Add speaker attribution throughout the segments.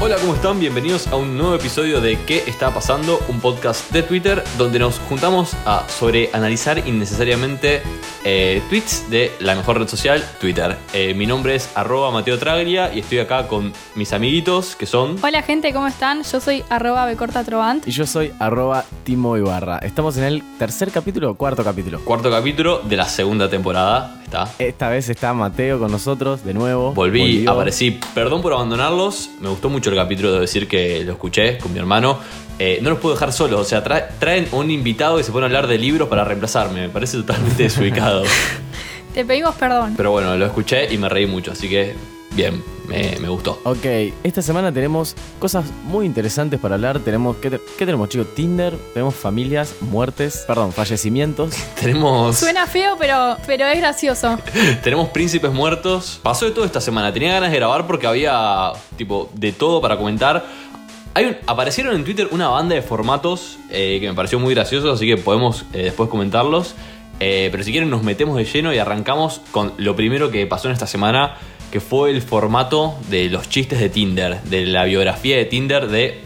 Speaker 1: Hola, ¿cómo están? Bienvenidos a un nuevo episodio de ¿Qué está pasando? Un podcast de Twitter donde nos juntamos a sobreanalizar innecesariamente eh, tweets de la mejor red social, Twitter. Eh, mi nombre es arroba Mateo Traglia y estoy acá con mis amiguitos que son...
Speaker 2: Hola gente, ¿cómo están? Yo soy arroba becortatrovant.
Speaker 3: Y yo soy arroba Timo Ibarra. Estamos en el tercer capítulo o cuarto capítulo.
Speaker 1: Cuarto capítulo de la segunda temporada. Está.
Speaker 3: Esta vez está Mateo con nosotros de nuevo.
Speaker 1: Volví,
Speaker 3: Volvió.
Speaker 1: aparecí. Perdón por abandonarlos. Me gustó mucho el capítulo, debo decir que lo escuché con mi hermano. Eh, no los puedo dejar solos, o sea, tra- traen un invitado y se pone a hablar de libros para reemplazarme. Me parece totalmente desubicado.
Speaker 2: Te pedimos perdón.
Speaker 1: Pero bueno, lo escuché y me reí mucho, así que bien, me, me gustó.
Speaker 3: Ok, esta semana tenemos cosas muy interesantes para hablar. Tenemos, ¿qué, te- qué tenemos, chicos? Tinder, tenemos familias, muertes, perdón, fallecimientos.
Speaker 1: Tenemos,
Speaker 2: Suena feo, pero, pero es gracioso.
Speaker 1: tenemos príncipes muertos. Pasó de todo esta semana. Tenía ganas de grabar porque había, tipo, de todo para comentar. Hay un- aparecieron en Twitter una banda de formatos eh, que me pareció muy gracioso, así que podemos eh, después comentarlos. Eh, pero si quieren nos metemos de lleno y arrancamos con lo primero que pasó en esta semana, que fue el formato de los chistes de Tinder, de la biografía de Tinder de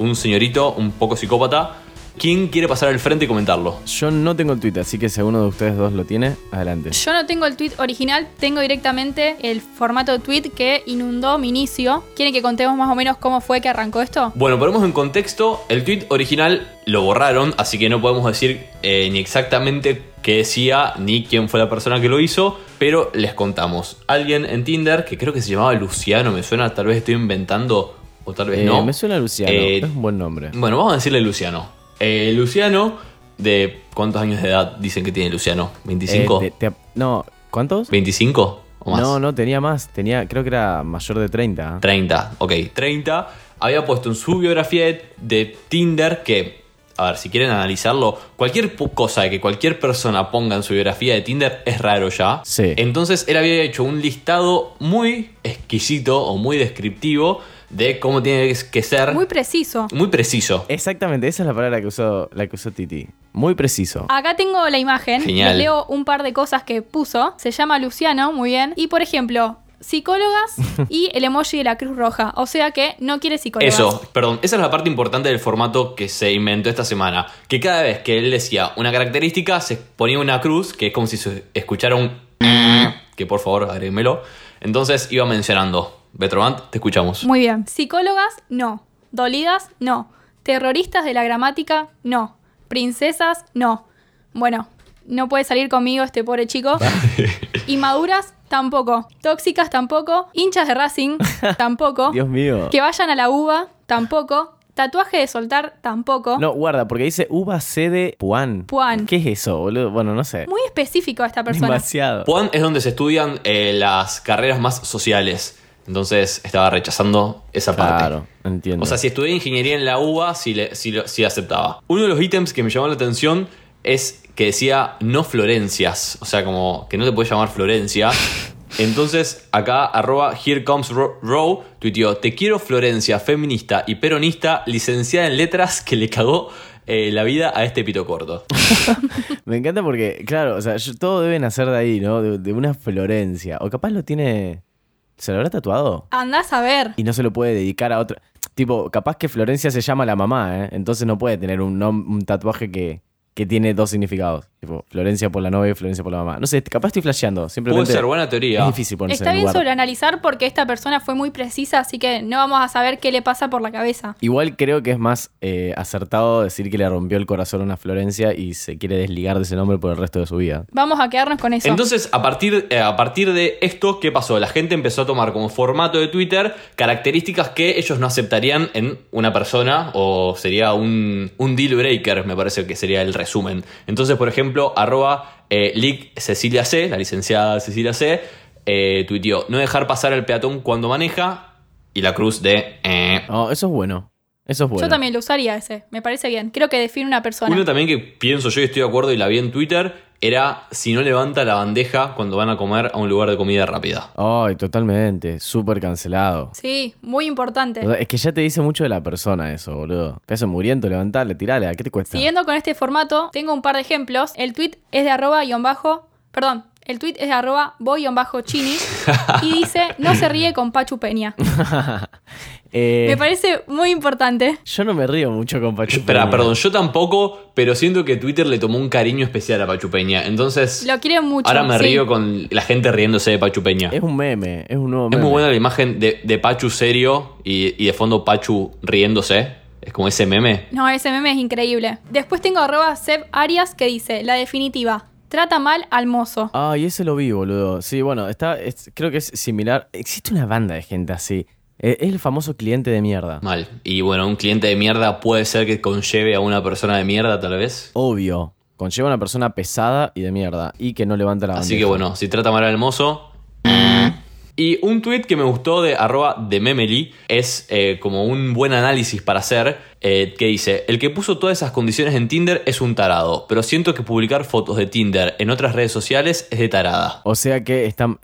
Speaker 1: un señorito un poco psicópata. ¿Quién quiere pasar al frente y comentarlo?
Speaker 3: Yo no tengo el Twitter, así que si alguno de ustedes dos lo tiene, adelante.
Speaker 2: Yo no tengo el tweet original, tengo directamente el formato de tweet que inundó mi inicio. ¿Quieren que contemos más o menos cómo fue que arrancó esto?
Speaker 1: Bueno, ponemos en contexto, el tweet original lo borraron, así que no podemos decir eh, ni exactamente qué decía ni quién fue la persona que lo hizo, pero les contamos. Alguien en Tinder, que creo que se llamaba Luciano, me suena, tal vez estoy inventando o tal vez
Speaker 3: Eh,
Speaker 1: no.
Speaker 3: Me suena Luciano,
Speaker 1: Eh,
Speaker 3: es un buen nombre.
Speaker 1: Bueno, vamos a decirle Luciano. Eh, Luciano, ¿de cuántos años de edad dicen que tiene Luciano? ¿25?
Speaker 3: Eh, te- te- no, ¿cuántos?
Speaker 1: ¿25 o más?
Speaker 3: No, no, tenía más. Tenía, creo que era mayor de ¿eh? 30.
Speaker 1: 30, ok, 30. Había puesto en su biografía de, de Tinder que, a ver, si quieren analizarlo, cualquier pu- cosa que cualquier persona ponga en su biografía de Tinder es raro ya.
Speaker 3: Sí.
Speaker 1: Entonces él había hecho un listado muy exquisito o muy descriptivo de cómo tiene que ser.
Speaker 2: Muy preciso.
Speaker 1: muy preciso.
Speaker 3: Exactamente, esa es la palabra que usó, la que usó Titi. Muy preciso.
Speaker 2: Acá tengo la imagen.
Speaker 1: Genial.
Speaker 2: Les leo un par de cosas que puso. Se llama Luciano, muy bien. Y por ejemplo, psicólogas y el emoji de la Cruz Roja. O sea que no quiere psicólogas.
Speaker 1: Eso, perdón, esa es la parte importante del formato que se inventó esta semana. Que cada vez que él decía una característica, se ponía una cruz, que es como si se escuchara un... que por favor, agréguemelo. Entonces iba mencionando. Betrovant, te escuchamos.
Speaker 2: Muy bien. Psicólogas, no. Dolidas, no. Terroristas de la gramática, no. Princesas, no. Bueno, no puede salir conmigo este pobre chico. Inmaduras, tampoco. Tóxicas, tampoco. Hinchas de Racing, tampoco.
Speaker 3: Dios mío.
Speaker 2: Que vayan a la uva, tampoco. Tatuaje de soltar, tampoco.
Speaker 3: No, guarda, porque dice uva sede puan.
Speaker 2: Puan.
Speaker 3: ¿Qué es eso, boludo? Bueno, no sé.
Speaker 2: Muy específico a esta persona.
Speaker 3: Demasiado.
Speaker 1: Puan es donde se estudian eh, las carreras más sociales. Entonces estaba rechazando esa parte.
Speaker 3: Claro, entiendo.
Speaker 1: O sea, si estudié ingeniería en la UBA, sí, le- sí lo- sí aceptaba. Uno de los ítems que me llamó la atención es que decía no Florencias. O sea, como que no te puedes llamar Florencia. Entonces, acá, arroba Here Comes Ro- Row, tuiteó, te quiero Florencia, feminista y peronista, licenciada en letras, que le cagó eh, la vida a este pito corto.
Speaker 3: Me encanta porque, claro, o sea, yo- todo debe nacer de ahí, ¿no? De, de una Florencia. O capaz lo tiene. ¿Se lo habrá tatuado?
Speaker 2: Andás a ver.
Speaker 3: Y no se lo puede dedicar a otra. Tipo, capaz que Florencia se llama la mamá, ¿eh? Entonces no puede tener un, nom- un tatuaje que, que tiene dos significados. Tipo, Florencia por la novia y Florencia por la mamá. No sé, capaz estoy flasheando.
Speaker 1: Puede
Speaker 3: Simplemente
Speaker 1: ser buena teoría.
Speaker 3: es difícil ponerse
Speaker 2: Está
Speaker 3: en el
Speaker 2: bien
Speaker 3: lugar.
Speaker 2: sobreanalizar porque esta persona fue muy precisa, así que no vamos a saber qué le pasa por la cabeza.
Speaker 3: Igual creo que es más eh, acertado decir que le rompió el corazón a una Florencia y se quiere desligar de ese nombre por el resto de su vida.
Speaker 2: Vamos a quedarnos con eso.
Speaker 1: Entonces, a partir, eh, a partir de esto, ¿qué pasó? La gente empezó a tomar como formato de Twitter características que ellos no aceptarían en una persona o sería un, un deal breaker, me parece que sería el resumen. Entonces, por ejemplo, arroba eh, Lic Cecilia C, la licenciada Cecilia C, eh, tuiteó, no dejar pasar al peatón cuando maneja y la cruz de... eh".
Speaker 3: Oh, eso es bueno. Eso es bueno.
Speaker 2: Yo también lo usaría ese, me parece bien. Creo que define una persona.
Speaker 1: Uno también que pienso yo y estoy de acuerdo y la vi en Twitter era si no levanta la bandeja cuando van a comer a un lugar de comida rápida.
Speaker 3: Ay, totalmente. Súper cancelado.
Speaker 2: Sí, muy importante.
Speaker 3: O sea, Es que ya te dice mucho de la persona eso, boludo. Te hace muriendo, levantarle, tirale, ¿a qué te cuesta?
Speaker 2: Siguiendo con este formato, tengo un par de ejemplos. El tweet es de arroba guión bajo, perdón, el tweet es de arroba voy guión bajo chini y dice, no se ríe con Pachu Peña.
Speaker 3: Eh,
Speaker 2: Me parece muy importante.
Speaker 3: Yo no me río mucho con Pachu.
Speaker 1: Espera,
Speaker 3: Peña.
Speaker 1: perdón, yo tampoco, pero siento que Twitter le tomó un cariño especial a Pachupeña. Entonces,
Speaker 2: Lo quiere mucho.
Speaker 1: ahora me
Speaker 2: sí.
Speaker 1: río con la gente riéndose de Pachupeña.
Speaker 3: Es un meme, es un nuevo
Speaker 1: Es
Speaker 3: meme.
Speaker 1: muy buena la imagen de, de Pachu serio y, y de fondo Pachu riéndose. Es como ese meme.
Speaker 2: No, ese meme es increíble. Después tengo arroba Seb Arias que dice, la definitiva, trata mal al mozo.
Speaker 3: Ah, y ese lo vi, boludo. Sí, bueno, está, es- creo que es similar. Existe una banda de gente así. Eh, Es el famoso cliente de mierda.
Speaker 1: Mal. Y bueno, un cliente de mierda puede ser que conlleve a una persona de mierda, tal vez.
Speaker 3: Obvio. Conlleva una persona pesada y de mierda. Y que no levanta la
Speaker 1: Así
Speaker 3: bandeja.
Speaker 1: que bueno, si trata mal al mozo. Y un tweet que me gustó de arroba de Memeli es eh, como un buen análisis para hacer, eh, que dice, el que puso todas esas condiciones en Tinder es un tarado, pero siento que publicar fotos de Tinder en otras redes sociales es de tarada.
Speaker 3: O sea que está.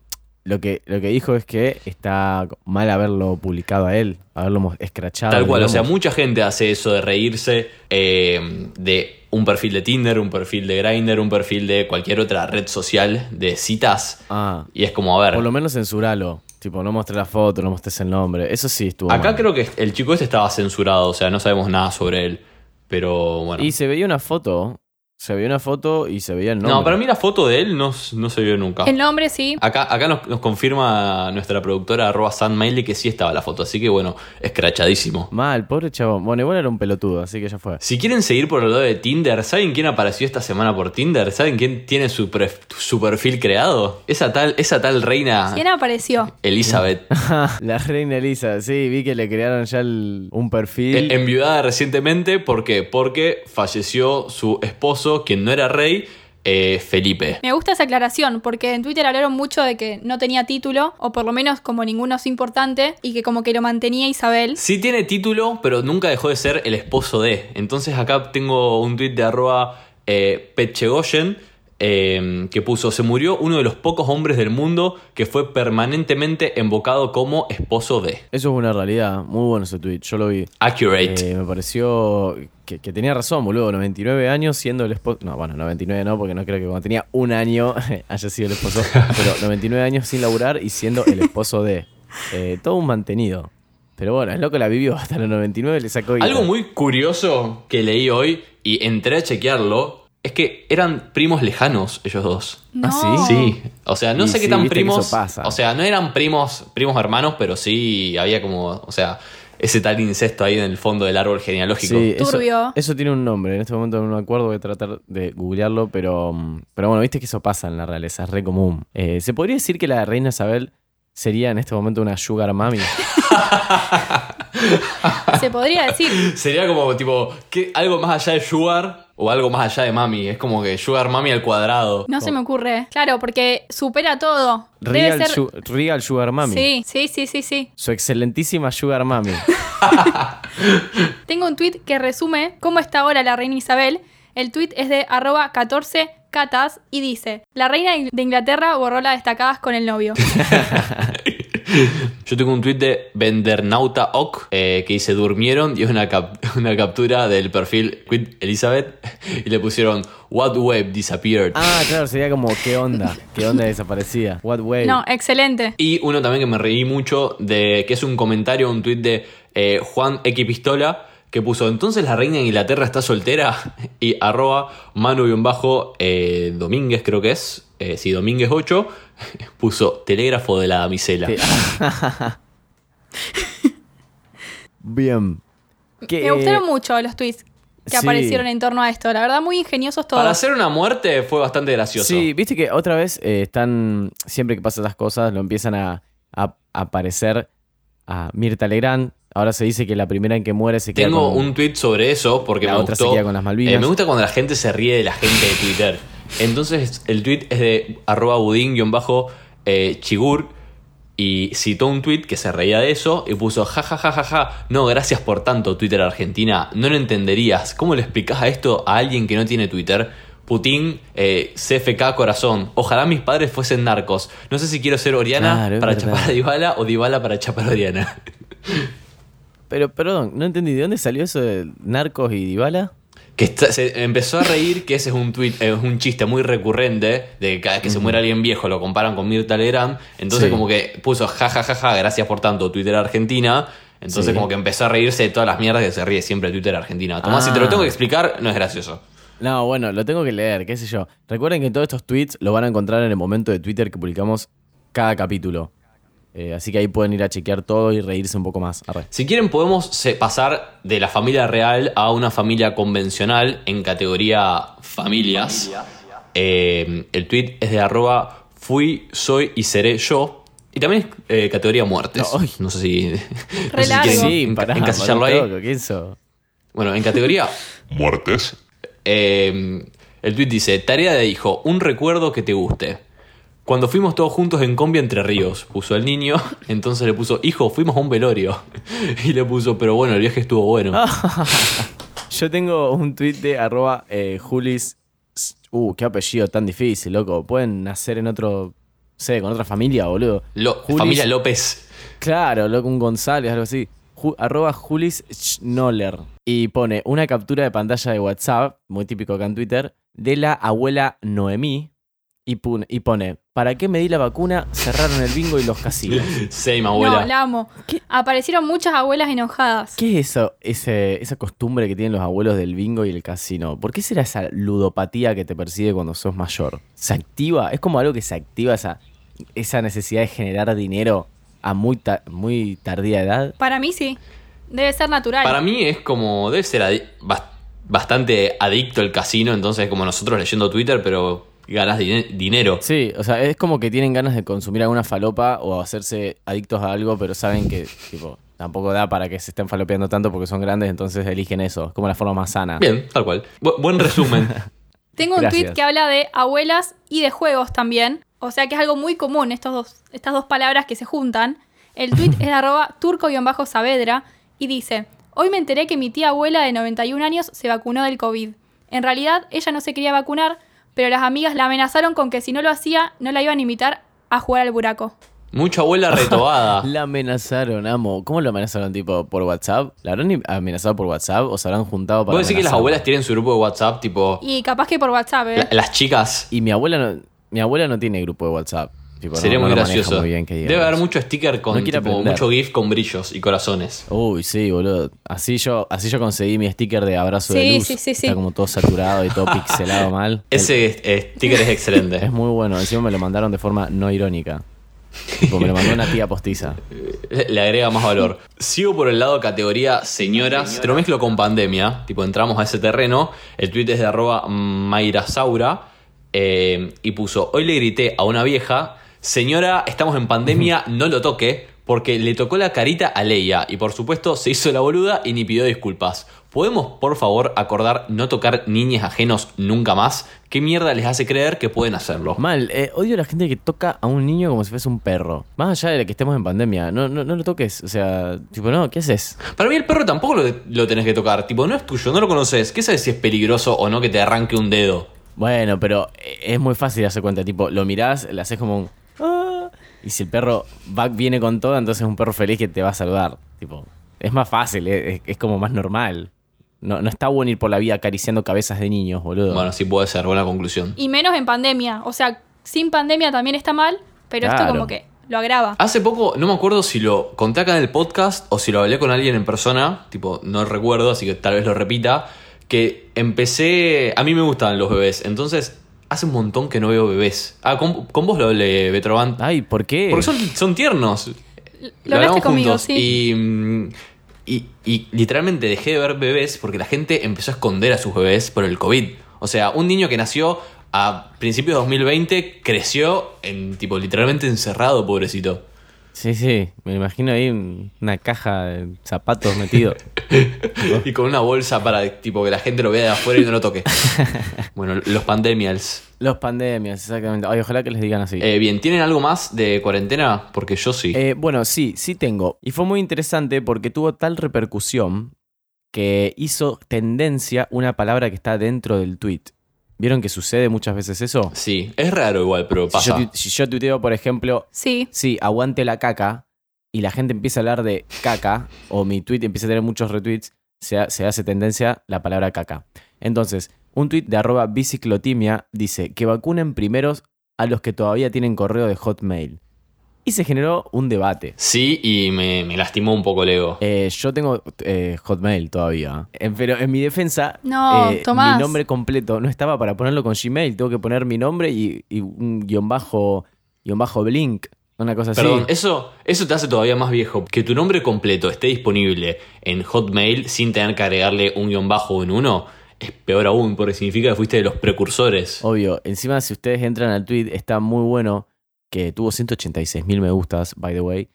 Speaker 3: Lo que, lo que dijo es que está mal haberlo publicado a él, haberlo mo- escrachado.
Speaker 1: Tal cual, o sea,
Speaker 3: Ah, digamos.
Speaker 1: mucha gente hace eso de reírse eh, de un perfil de Tinder, un perfil de Grindr, un perfil de cualquier otra red social de citas.
Speaker 3: Ah,
Speaker 1: Y es como, a ver,
Speaker 3: por lo menos censuralo. Tipo, no mostré la foto, no mostré el nombre. Eso sí estuvo.
Speaker 1: acá
Speaker 3: mal.
Speaker 1: creo que el chico este estaba censurado, o sea, no sabemos nada sobre él. Pero bueno.
Speaker 3: Y se veía una foto. Se veía una foto y se veía el nombre.
Speaker 1: no, para mí la foto de él no, s- no se vio nunca.
Speaker 2: El nombre sí.
Speaker 1: Acá, acá nos, nos confirma nuestra productora arroba San Maile que sí estaba la foto, así que bueno, escrachadísimo.
Speaker 3: Mal, pobre chabón. Bueno, igual era un pelotudo, así que ya fue.
Speaker 1: Si quieren seguir por el lado de Tinder, ¿saben quién apareció esta semana por Tinder? ¿Saben quién tiene su, pref- su perfil creado? Esa tal, esa tal reina
Speaker 2: ¿Quién apareció?
Speaker 1: Elizabeth,
Speaker 3: Ah, la reina Elisa, sí, vi que le crearon ya el- un
Speaker 1: eh,
Speaker 3: perfil.
Speaker 1: enviudada recientemente, ¿por qué? Porque falleció su esposo, quien no era rey, eh, Felipe.
Speaker 2: Me gusta esa aclaración, porque en Twitter hablaron mucho de que no tenía título, o por lo menos como ninguno es importante, y que como que lo mantenía Isabel.
Speaker 1: Sí tiene título, pero nunca dejó de ser el esposo de. Entonces acá tengo un tuit de arroba eh, Petchegoyen eh, que puso, se murió uno de los pocos hombres del mundo que fue permanentemente invocado como esposo de.
Speaker 3: Eso es una realidad. Muy bueno ese tweet, yo lo vi.
Speaker 1: Accurate.
Speaker 3: Eh, me pareció que, que tenía razón, boludo. 99 años siendo el esposo. No, bueno, 99 no, porque no creo que cuando tenía un año haya sido el esposo. Pero 99 años sin laburar y siendo el esposo de. Eh, todo un mantenido. Pero bueno, es loco, la vivió hasta los 99, le sacó. guita.
Speaker 1: Algo muy curioso que leí hoy y entré a chequearlo es que eran primos lejanos ellos dos.
Speaker 2: No.
Speaker 3: ¿Ah, sí?
Speaker 1: Sí, o sea, no
Speaker 3: Y
Speaker 1: sé qué
Speaker 3: sí,
Speaker 1: tan
Speaker 3: viste que
Speaker 1: primos.
Speaker 3: eso pasa.
Speaker 1: O sea, no eran primos, primos hermanos, pero sí había como, o sea, ese tal incesto ahí en el fondo del árbol genealógico.
Speaker 3: Sí, eso,
Speaker 2: Turbio.
Speaker 3: eso tiene un nombre. En este momento no me acuerdo, voy a tratar de googlearlo, pero, mm, pero bueno, viste que eso pasa en la realeza, es re común. Eh, ¿Se podría decir que la reina Isabel sería en este momento una sugar mami?
Speaker 2: Se podría decir.
Speaker 1: Sería como tipo, ¿qué- algo más allá de Sugar o algo más allá de Mami. Es como que Sugar Mami al cuadrado.
Speaker 2: No se me ocurre. Claro, porque supera todo.
Speaker 3: Real,
Speaker 2: Debe ser.
Speaker 3: su- real sugar mami.
Speaker 2: Sí, sí, sí, sí, sí.
Speaker 3: Su excelentísima sugar mami.
Speaker 2: Tengo un tweet que resume cómo está ahora la reina Isabel. El tweet es de arroba 14 catas y dice, la reina de Inglaterra borró las destacadas con el novio.
Speaker 1: Yo tengo un tweet de Vendernauta Ock eh, que dice durmieron y es una, cap- una captura del perfil Queen Elizabeth y le pusieron What Web Disappeared.
Speaker 3: Ah, claro, sería como, ¿qué onda? ¿Qué onda desaparecida? What way?
Speaker 2: No, excelente.
Speaker 1: Y uno también que me reí mucho, de que es un comentario, un tuit de eh, Juan X Pistola, que puso, entonces la reina de Inglaterra está soltera, y arroba manu y un bajo eh, Domínguez creo que es, eh, sí, Domínguez 8, puso telégrafo de la damisela.
Speaker 3: Sí. Bien. Que,
Speaker 2: Me gustaron mucho los tweets que
Speaker 3: sí.
Speaker 2: aparecieron en torno a esto. La verdad, muy ingeniosos todos.
Speaker 1: Para hacer una muerte fue bastante gracioso.
Speaker 3: Sí, viste que otra vez eh, están, siempre que pasan las cosas, lo empiezan a, a- a aparecer a Mirta Legrand. Ahora se dice que la primera en que muere se queda
Speaker 1: Tengo
Speaker 3: con-
Speaker 1: un tweet sobre eso porque
Speaker 3: La
Speaker 1: me
Speaker 3: otra se
Speaker 1: gustó.
Speaker 3: queda con las Malvinas.
Speaker 1: Eh, me gusta cuando la gente se ríe de la gente de Twitter. Entonces el tweet es de arroba budín-chigur eh, Y citó un tweet que se reía de eso y puso, ja, ja, ja, ja, ja, no, gracias por tanto, Twitter Argentina, no lo entenderías. ¿Cómo le explicás a esto a alguien que no tiene Twitter? Putin, eh, CFK corazón. Ojalá mis padres fuesen narcos. No sé si quiero ser Oriana
Speaker 3: Claro, es
Speaker 1: para
Speaker 3: verdad.
Speaker 1: chapar a Dybala o Dybala para chapar a Oriana.
Speaker 3: Pero, perdón, no entendí. ¿De dónde salió eso de narcos y Dybala?
Speaker 1: Que está- se empezó a reír que ese es un tweet, es un chiste muy recurrente de que cada vez que se muere alguien viejo lo comparan con Mirta Legrand. Entonces
Speaker 3: Sí.
Speaker 1: como que puso ja ja ja ja, gracias por tanto, Twitter Argentina. Entonces
Speaker 3: Sí.
Speaker 1: como que empezó a reírse de todas las mierdas que se ríe siempre Twitter Argentina. Tomás, si te
Speaker 3: Ah.
Speaker 1: lo tengo que explicar, no es gracioso.
Speaker 3: No, bueno, lo tengo que leer, qué sé yo. Recuerden que todos estos tweets los van a encontrar en el momento de Twitter que publicamos cada capítulo. Eh, así que ahí pueden ir a chequear todo y reírse un poco más. Arre.
Speaker 1: Si quieren podemos se- pasar de la familia real a una familia convencional en categoría familias. Eh, el tweet es de arroba fui, soy y seré yo. Y también es eh, categoría muertes.
Speaker 3: No,
Speaker 1: No, sé
Speaker 3: ay.
Speaker 1: si, no sé si
Speaker 2: largo.
Speaker 1: quieren
Speaker 2: Sí,
Speaker 1: enca-
Speaker 3: pará,
Speaker 1: encasillarlo
Speaker 3: pará un
Speaker 1: ahí.
Speaker 3: toque, ¿qué hizo?
Speaker 1: Bueno, en categoría
Speaker 4: Muertes.
Speaker 1: eh, el tweet dice, tarea de hijo, un recuerdo que te guste. Cuando fuimos todos juntos en combi entre ríos, puso el niño, entonces le puso, hijo, fuimos a un velorio. Y le puso, pero bueno, el viaje estuvo bueno.
Speaker 2: Ah,
Speaker 3: Yo tengo un tweet de arroba eh, Julis. Uh, qué apellido tan difícil, loco. Pueden nacer en otro. sé, con otra familia, boludo.
Speaker 1: Lo-
Speaker 3: Julis-
Speaker 1: familia López.
Speaker 3: Claro, loco, un González, algo así. Ju- arroba Julis Schnoller. Y pone una captura de pantalla de WhatsApp, muy típico acá en Twitter, de la abuela Noemí. Y, pun- y pone, ¿para qué me di la vacuna? Cerraron el bingo y los casinos.
Speaker 1: Same,
Speaker 2: No,
Speaker 1: abuela.
Speaker 2: la amo. Aparecieron muchas abuelas enojadas.
Speaker 3: ¿Qué es eso, ese- esa costumbre que tienen los abuelos del bingo y el casino? ¿Por qué será esa ludopatía que te persigue cuando sos mayor? ¿Se activa? ¿Es como algo que se activa esa, esa necesidad de generar dinero a muy, ta- muy tardía edad?
Speaker 2: Para mí sí. Debe ser natural.
Speaker 1: Para mí es como, debe ser adi- bas- bastante adicto el casino, entonces como nosotros leyendo Twitter, pero ganas dinero.
Speaker 3: Sí, o sea, es como que tienen ganas de consumir alguna falopa o hacerse adictos a algo, pero saben que tipo, tampoco da para que se estén falopeando tanto porque son grandes, entonces eligen eso. Es como la forma más sana.
Speaker 1: Bien, tal cual. Bu- buen resumen.
Speaker 2: Tengo un
Speaker 3: Gracias.
Speaker 2: tweet que habla de abuelas y de juegos también. O sea que es algo muy común estos dos, estas dos palabras que se juntan. El tweet es de arroba turco-saavedra y dice: Hoy me enteré que mi tía abuela de 91 años se vacunó del COVID. En realidad, ella no se quería vacunar, pero las amigas la amenazaron con que si no lo hacía, no la iban a invitar a jugar al buraco.
Speaker 1: Mucha abuela retobada.
Speaker 3: La amenazaron, amo. ¿Cómo lo amenazaron, tipo, por WhatsApp? ¿La habrán amenazado por WhatsApp o se habrán juntado para
Speaker 1: ¿Puedo decir que las
Speaker 3: amenazarla?
Speaker 1: abuelas tienen su grupo de WhatsApp, tipo,
Speaker 2: Y capaz que por WhatsApp, ¿eh?
Speaker 1: la- las chicas?
Speaker 3: Y mi abuela no, mi abuela no tiene grupo de WhatsApp. Tipo, no-
Speaker 1: Sería
Speaker 3: no
Speaker 1: muy
Speaker 3: lo maneja
Speaker 1: gracioso.
Speaker 3: muy bien que
Speaker 1: Debe
Speaker 3: digamos.
Speaker 1: haber mucho sticker con,
Speaker 3: No quiere
Speaker 1: tipo,
Speaker 3: aprender.
Speaker 1: mucho GIF con brillos y corazones.
Speaker 3: Uy, sí, boludo. Así yo, así yo conseguí mi sticker de abrazo de
Speaker 2: Sí,
Speaker 3: luz.
Speaker 2: sí, sí, sí.
Speaker 3: Está como todo saturado y todo pixelado mal.
Speaker 1: Ese eh, sticker es
Speaker 3: Es
Speaker 1: excelente.
Speaker 3: muy bueno. Encima me lo mandaron de forma no irónica. Tipo, me lo mandó una tía postiza.
Speaker 1: Le le agrega más valor. Sigo por el lado categoría señoras, pero mezclo con pandemia. Tipo, entramos a ese terreno. El tweet es de arroba Mayrasaura. eh, y puso, hoy le grité a una vieja, señora, estamos en pandemia, no lo toque, porque le tocó la carita a Leia. Y por supuesto se hizo la boluda y ni pidió disculpas. ¿Podemos, por favor, acordar no tocar niñas ajenos nunca más? ¿Qué mierda les hace creer que pueden hacerlo?
Speaker 3: Mal, eh, odio a la gente que toca a un niño como si fuese un perro. Más allá de que estemos en pandemia, no, no, no lo toques. O sea, tipo, no, ¿qué haces?
Speaker 1: Para mí el perro tampoco lo, lo tenés que tocar. Tipo, no es tuyo, no lo conoces. ¿Qué sabes si es peligroso o no que te arranque un dedo?
Speaker 3: Bueno, pero eh, es muy fácil darse cuenta. Tipo, lo mirás, le haces como un. "Ah", Y si el perro va, viene con todo, entonces es un perro feliz que te va a saludar. Tipo, es más fácil, eh, es, es como más normal. No, no está bueno ir por la vida acariciando cabezas de niños, boludo.
Speaker 1: Bueno, sí puede ser, buena conclusión.
Speaker 2: Y menos en pandemia. O sea, sin pandemia también está mal, pero esto
Speaker 3: Claro. Ah.
Speaker 2: como que lo agrava.
Speaker 1: Hace poco, no me acuerdo si lo conté acá en el podcast o si lo hablé con alguien en persona, tipo, no recuerdo, así que tal vez lo repita, que empecé, a mí me gustan los bebés, entonces hace un montón que no veo bebés. Ah, con, con vos lo hablé, Betroban.
Speaker 3: Ay, ¿por qué?
Speaker 1: Porque son, son tiernos.
Speaker 2: Lo hablaste
Speaker 1: hablamos
Speaker 2: conmigo,
Speaker 1: juntos.
Speaker 2: sí.
Speaker 1: Y, mm, y- y literalmente dejé de ver bebés porque la gente empezó a esconder a sus bebés por el COVID. O sea, un niño que nació a principios de 2020 creció en tipo literalmente encerrado, pobrecito.
Speaker 3: Sí, sí, me imagino ahí un- una caja de zapatos metido.
Speaker 1: y con una bolsa para tipo que la gente lo vea de afuera y no lo toque. Bueno, los pandemials.
Speaker 3: Los pandemias, exactamente. Ay, ojalá que les digan así.
Speaker 1: Eh, bien, ¿tienen algo más de cuarentena? Porque yo sí.
Speaker 3: Eh, bueno, sí, sí tengo. Y fue muy interesante porque tuvo tal repercusión que hizo tendencia una palabra que está dentro del tweet. ¿Vieron que sucede muchas veces eso?
Speaker 1: Sí, es raro igual, pero
Speaker 3: Si yo,
Speaker 1: pasa.
Speaker 3: tu- si yo tuiteo, por ejemplo,
Speaker 2: Sí.
Speaker 3: sí, aguante la caca, y la gente empieza a hablar de caca, o mi tweet empieza a tener muchos retweets, se, ha- se hace tendencia la palabra caca. Entonces, un tweet de arroba biciclotimia dice que vacunen primeros a los que todavía tienen correo de Hotmail. Y se generó un debate.
Speaker 1: Sí, y me, me lastimó un poco el ego.
Speaker 3: Eh, yo tengo eh, Hotmail todavía. Eh, pero en mi defensa,
Speaker 2: No,
Speaker 3: eh,
Speaker 2: Tomás.
Speaker 3: mi nombre completo no estaba para ponerlo con Gmail. Tengo que poner mi nombre y, y un guión bajo, guión bajo Blink. Una cosa
Speaker 1: Perdón,
Speaker 3: así.
Speaker 1: eso, eso te hace todavía más viejo. Que tu nombre completo esté disponible en Hotmail sin tener que agregarle un guión bajo o un uno es peor aún, porque significa que fuiste de los precursores.
Speaker 3: Obvio. Encima, si ustedes entran al tweet, está muy bueno. Que tuvo 186 mil me gustas, by the way.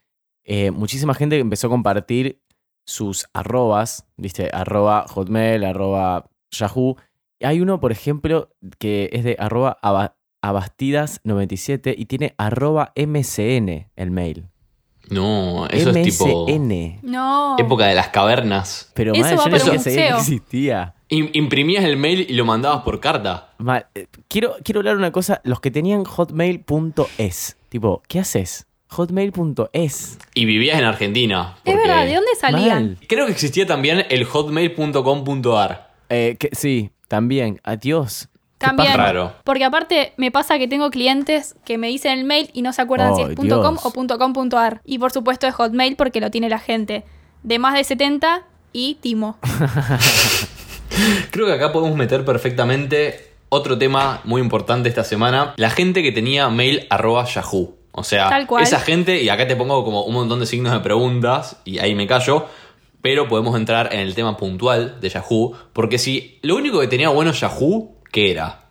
Speaker 3: Eh, muchísima gente empezó a compartir sus arrobas, ¿viste? Arroba Hotmail, arroba Yahoo. Y Hay uno, por ejemplo, que es de arroba aba- abastidas97 y tiene arroba MCN el mail.
Speaker 1: No, eso
Speaker 3: MSN.
Speaker 1: es tipo.
Speaker 2: No.
Speaker 1: Época de las cavernas.
Speaker 3: Pero
Speaker 2: Eso
Speaker 3: mal,
Speaker 2: va
Speaker 3: yo no
Speaker 1: para un
Speaker 3: sabía que
Speaker 2: museo.
Speaker 3: existía.
Speaker 1: Im- imprimías el mail y lo mandabas por carta.
Speaker 3: Mal. Eh, Quiero, quiero hablar una cosa. Los que tenían hotmail.es. Tipo, ¿qué haces? Hotmail.es.
Speaker 1: Y vivías en Argentina.
Speaker 2: Es
Speaker 1: porque-
Speaker 2: verdad, ¿de dónde salían?
Speaker 3: Mal.
Speaker 1: Creo que existía también el hotmail.com.ar.
Speaker 3: Eh, que- sí, también. Adiós. Qué
Speaker 2: También.
Speaker 3: paja.
Speaker 1: Raro.
Speaker 2: Porque aparte me pasa que tengo clientes que me dicen el mail y no se acuerdan si
Speaker 3: Ay,
Speaker 2: es .com
Speaker 3: Dios.
Speaker 2: o .com.ar. Y por supuesto es Hotmail porque lo tiene la gente. De más de 70 y Timo.
Speaker 1: Creo que acá podemos meter perfectamente otro tema muy importante esta semana. La gente que tenía mail arroba yahoo. O sea,
Speaker 2: Tal cual.
Speaker 1: esa gente, y acá te pongo como un montón de signos de preguntas, y ahí me callo, pero podemos entrar en el tema puntual de Yahoo, porque si lo único que tenía bueno Yahoo, ¿qué era?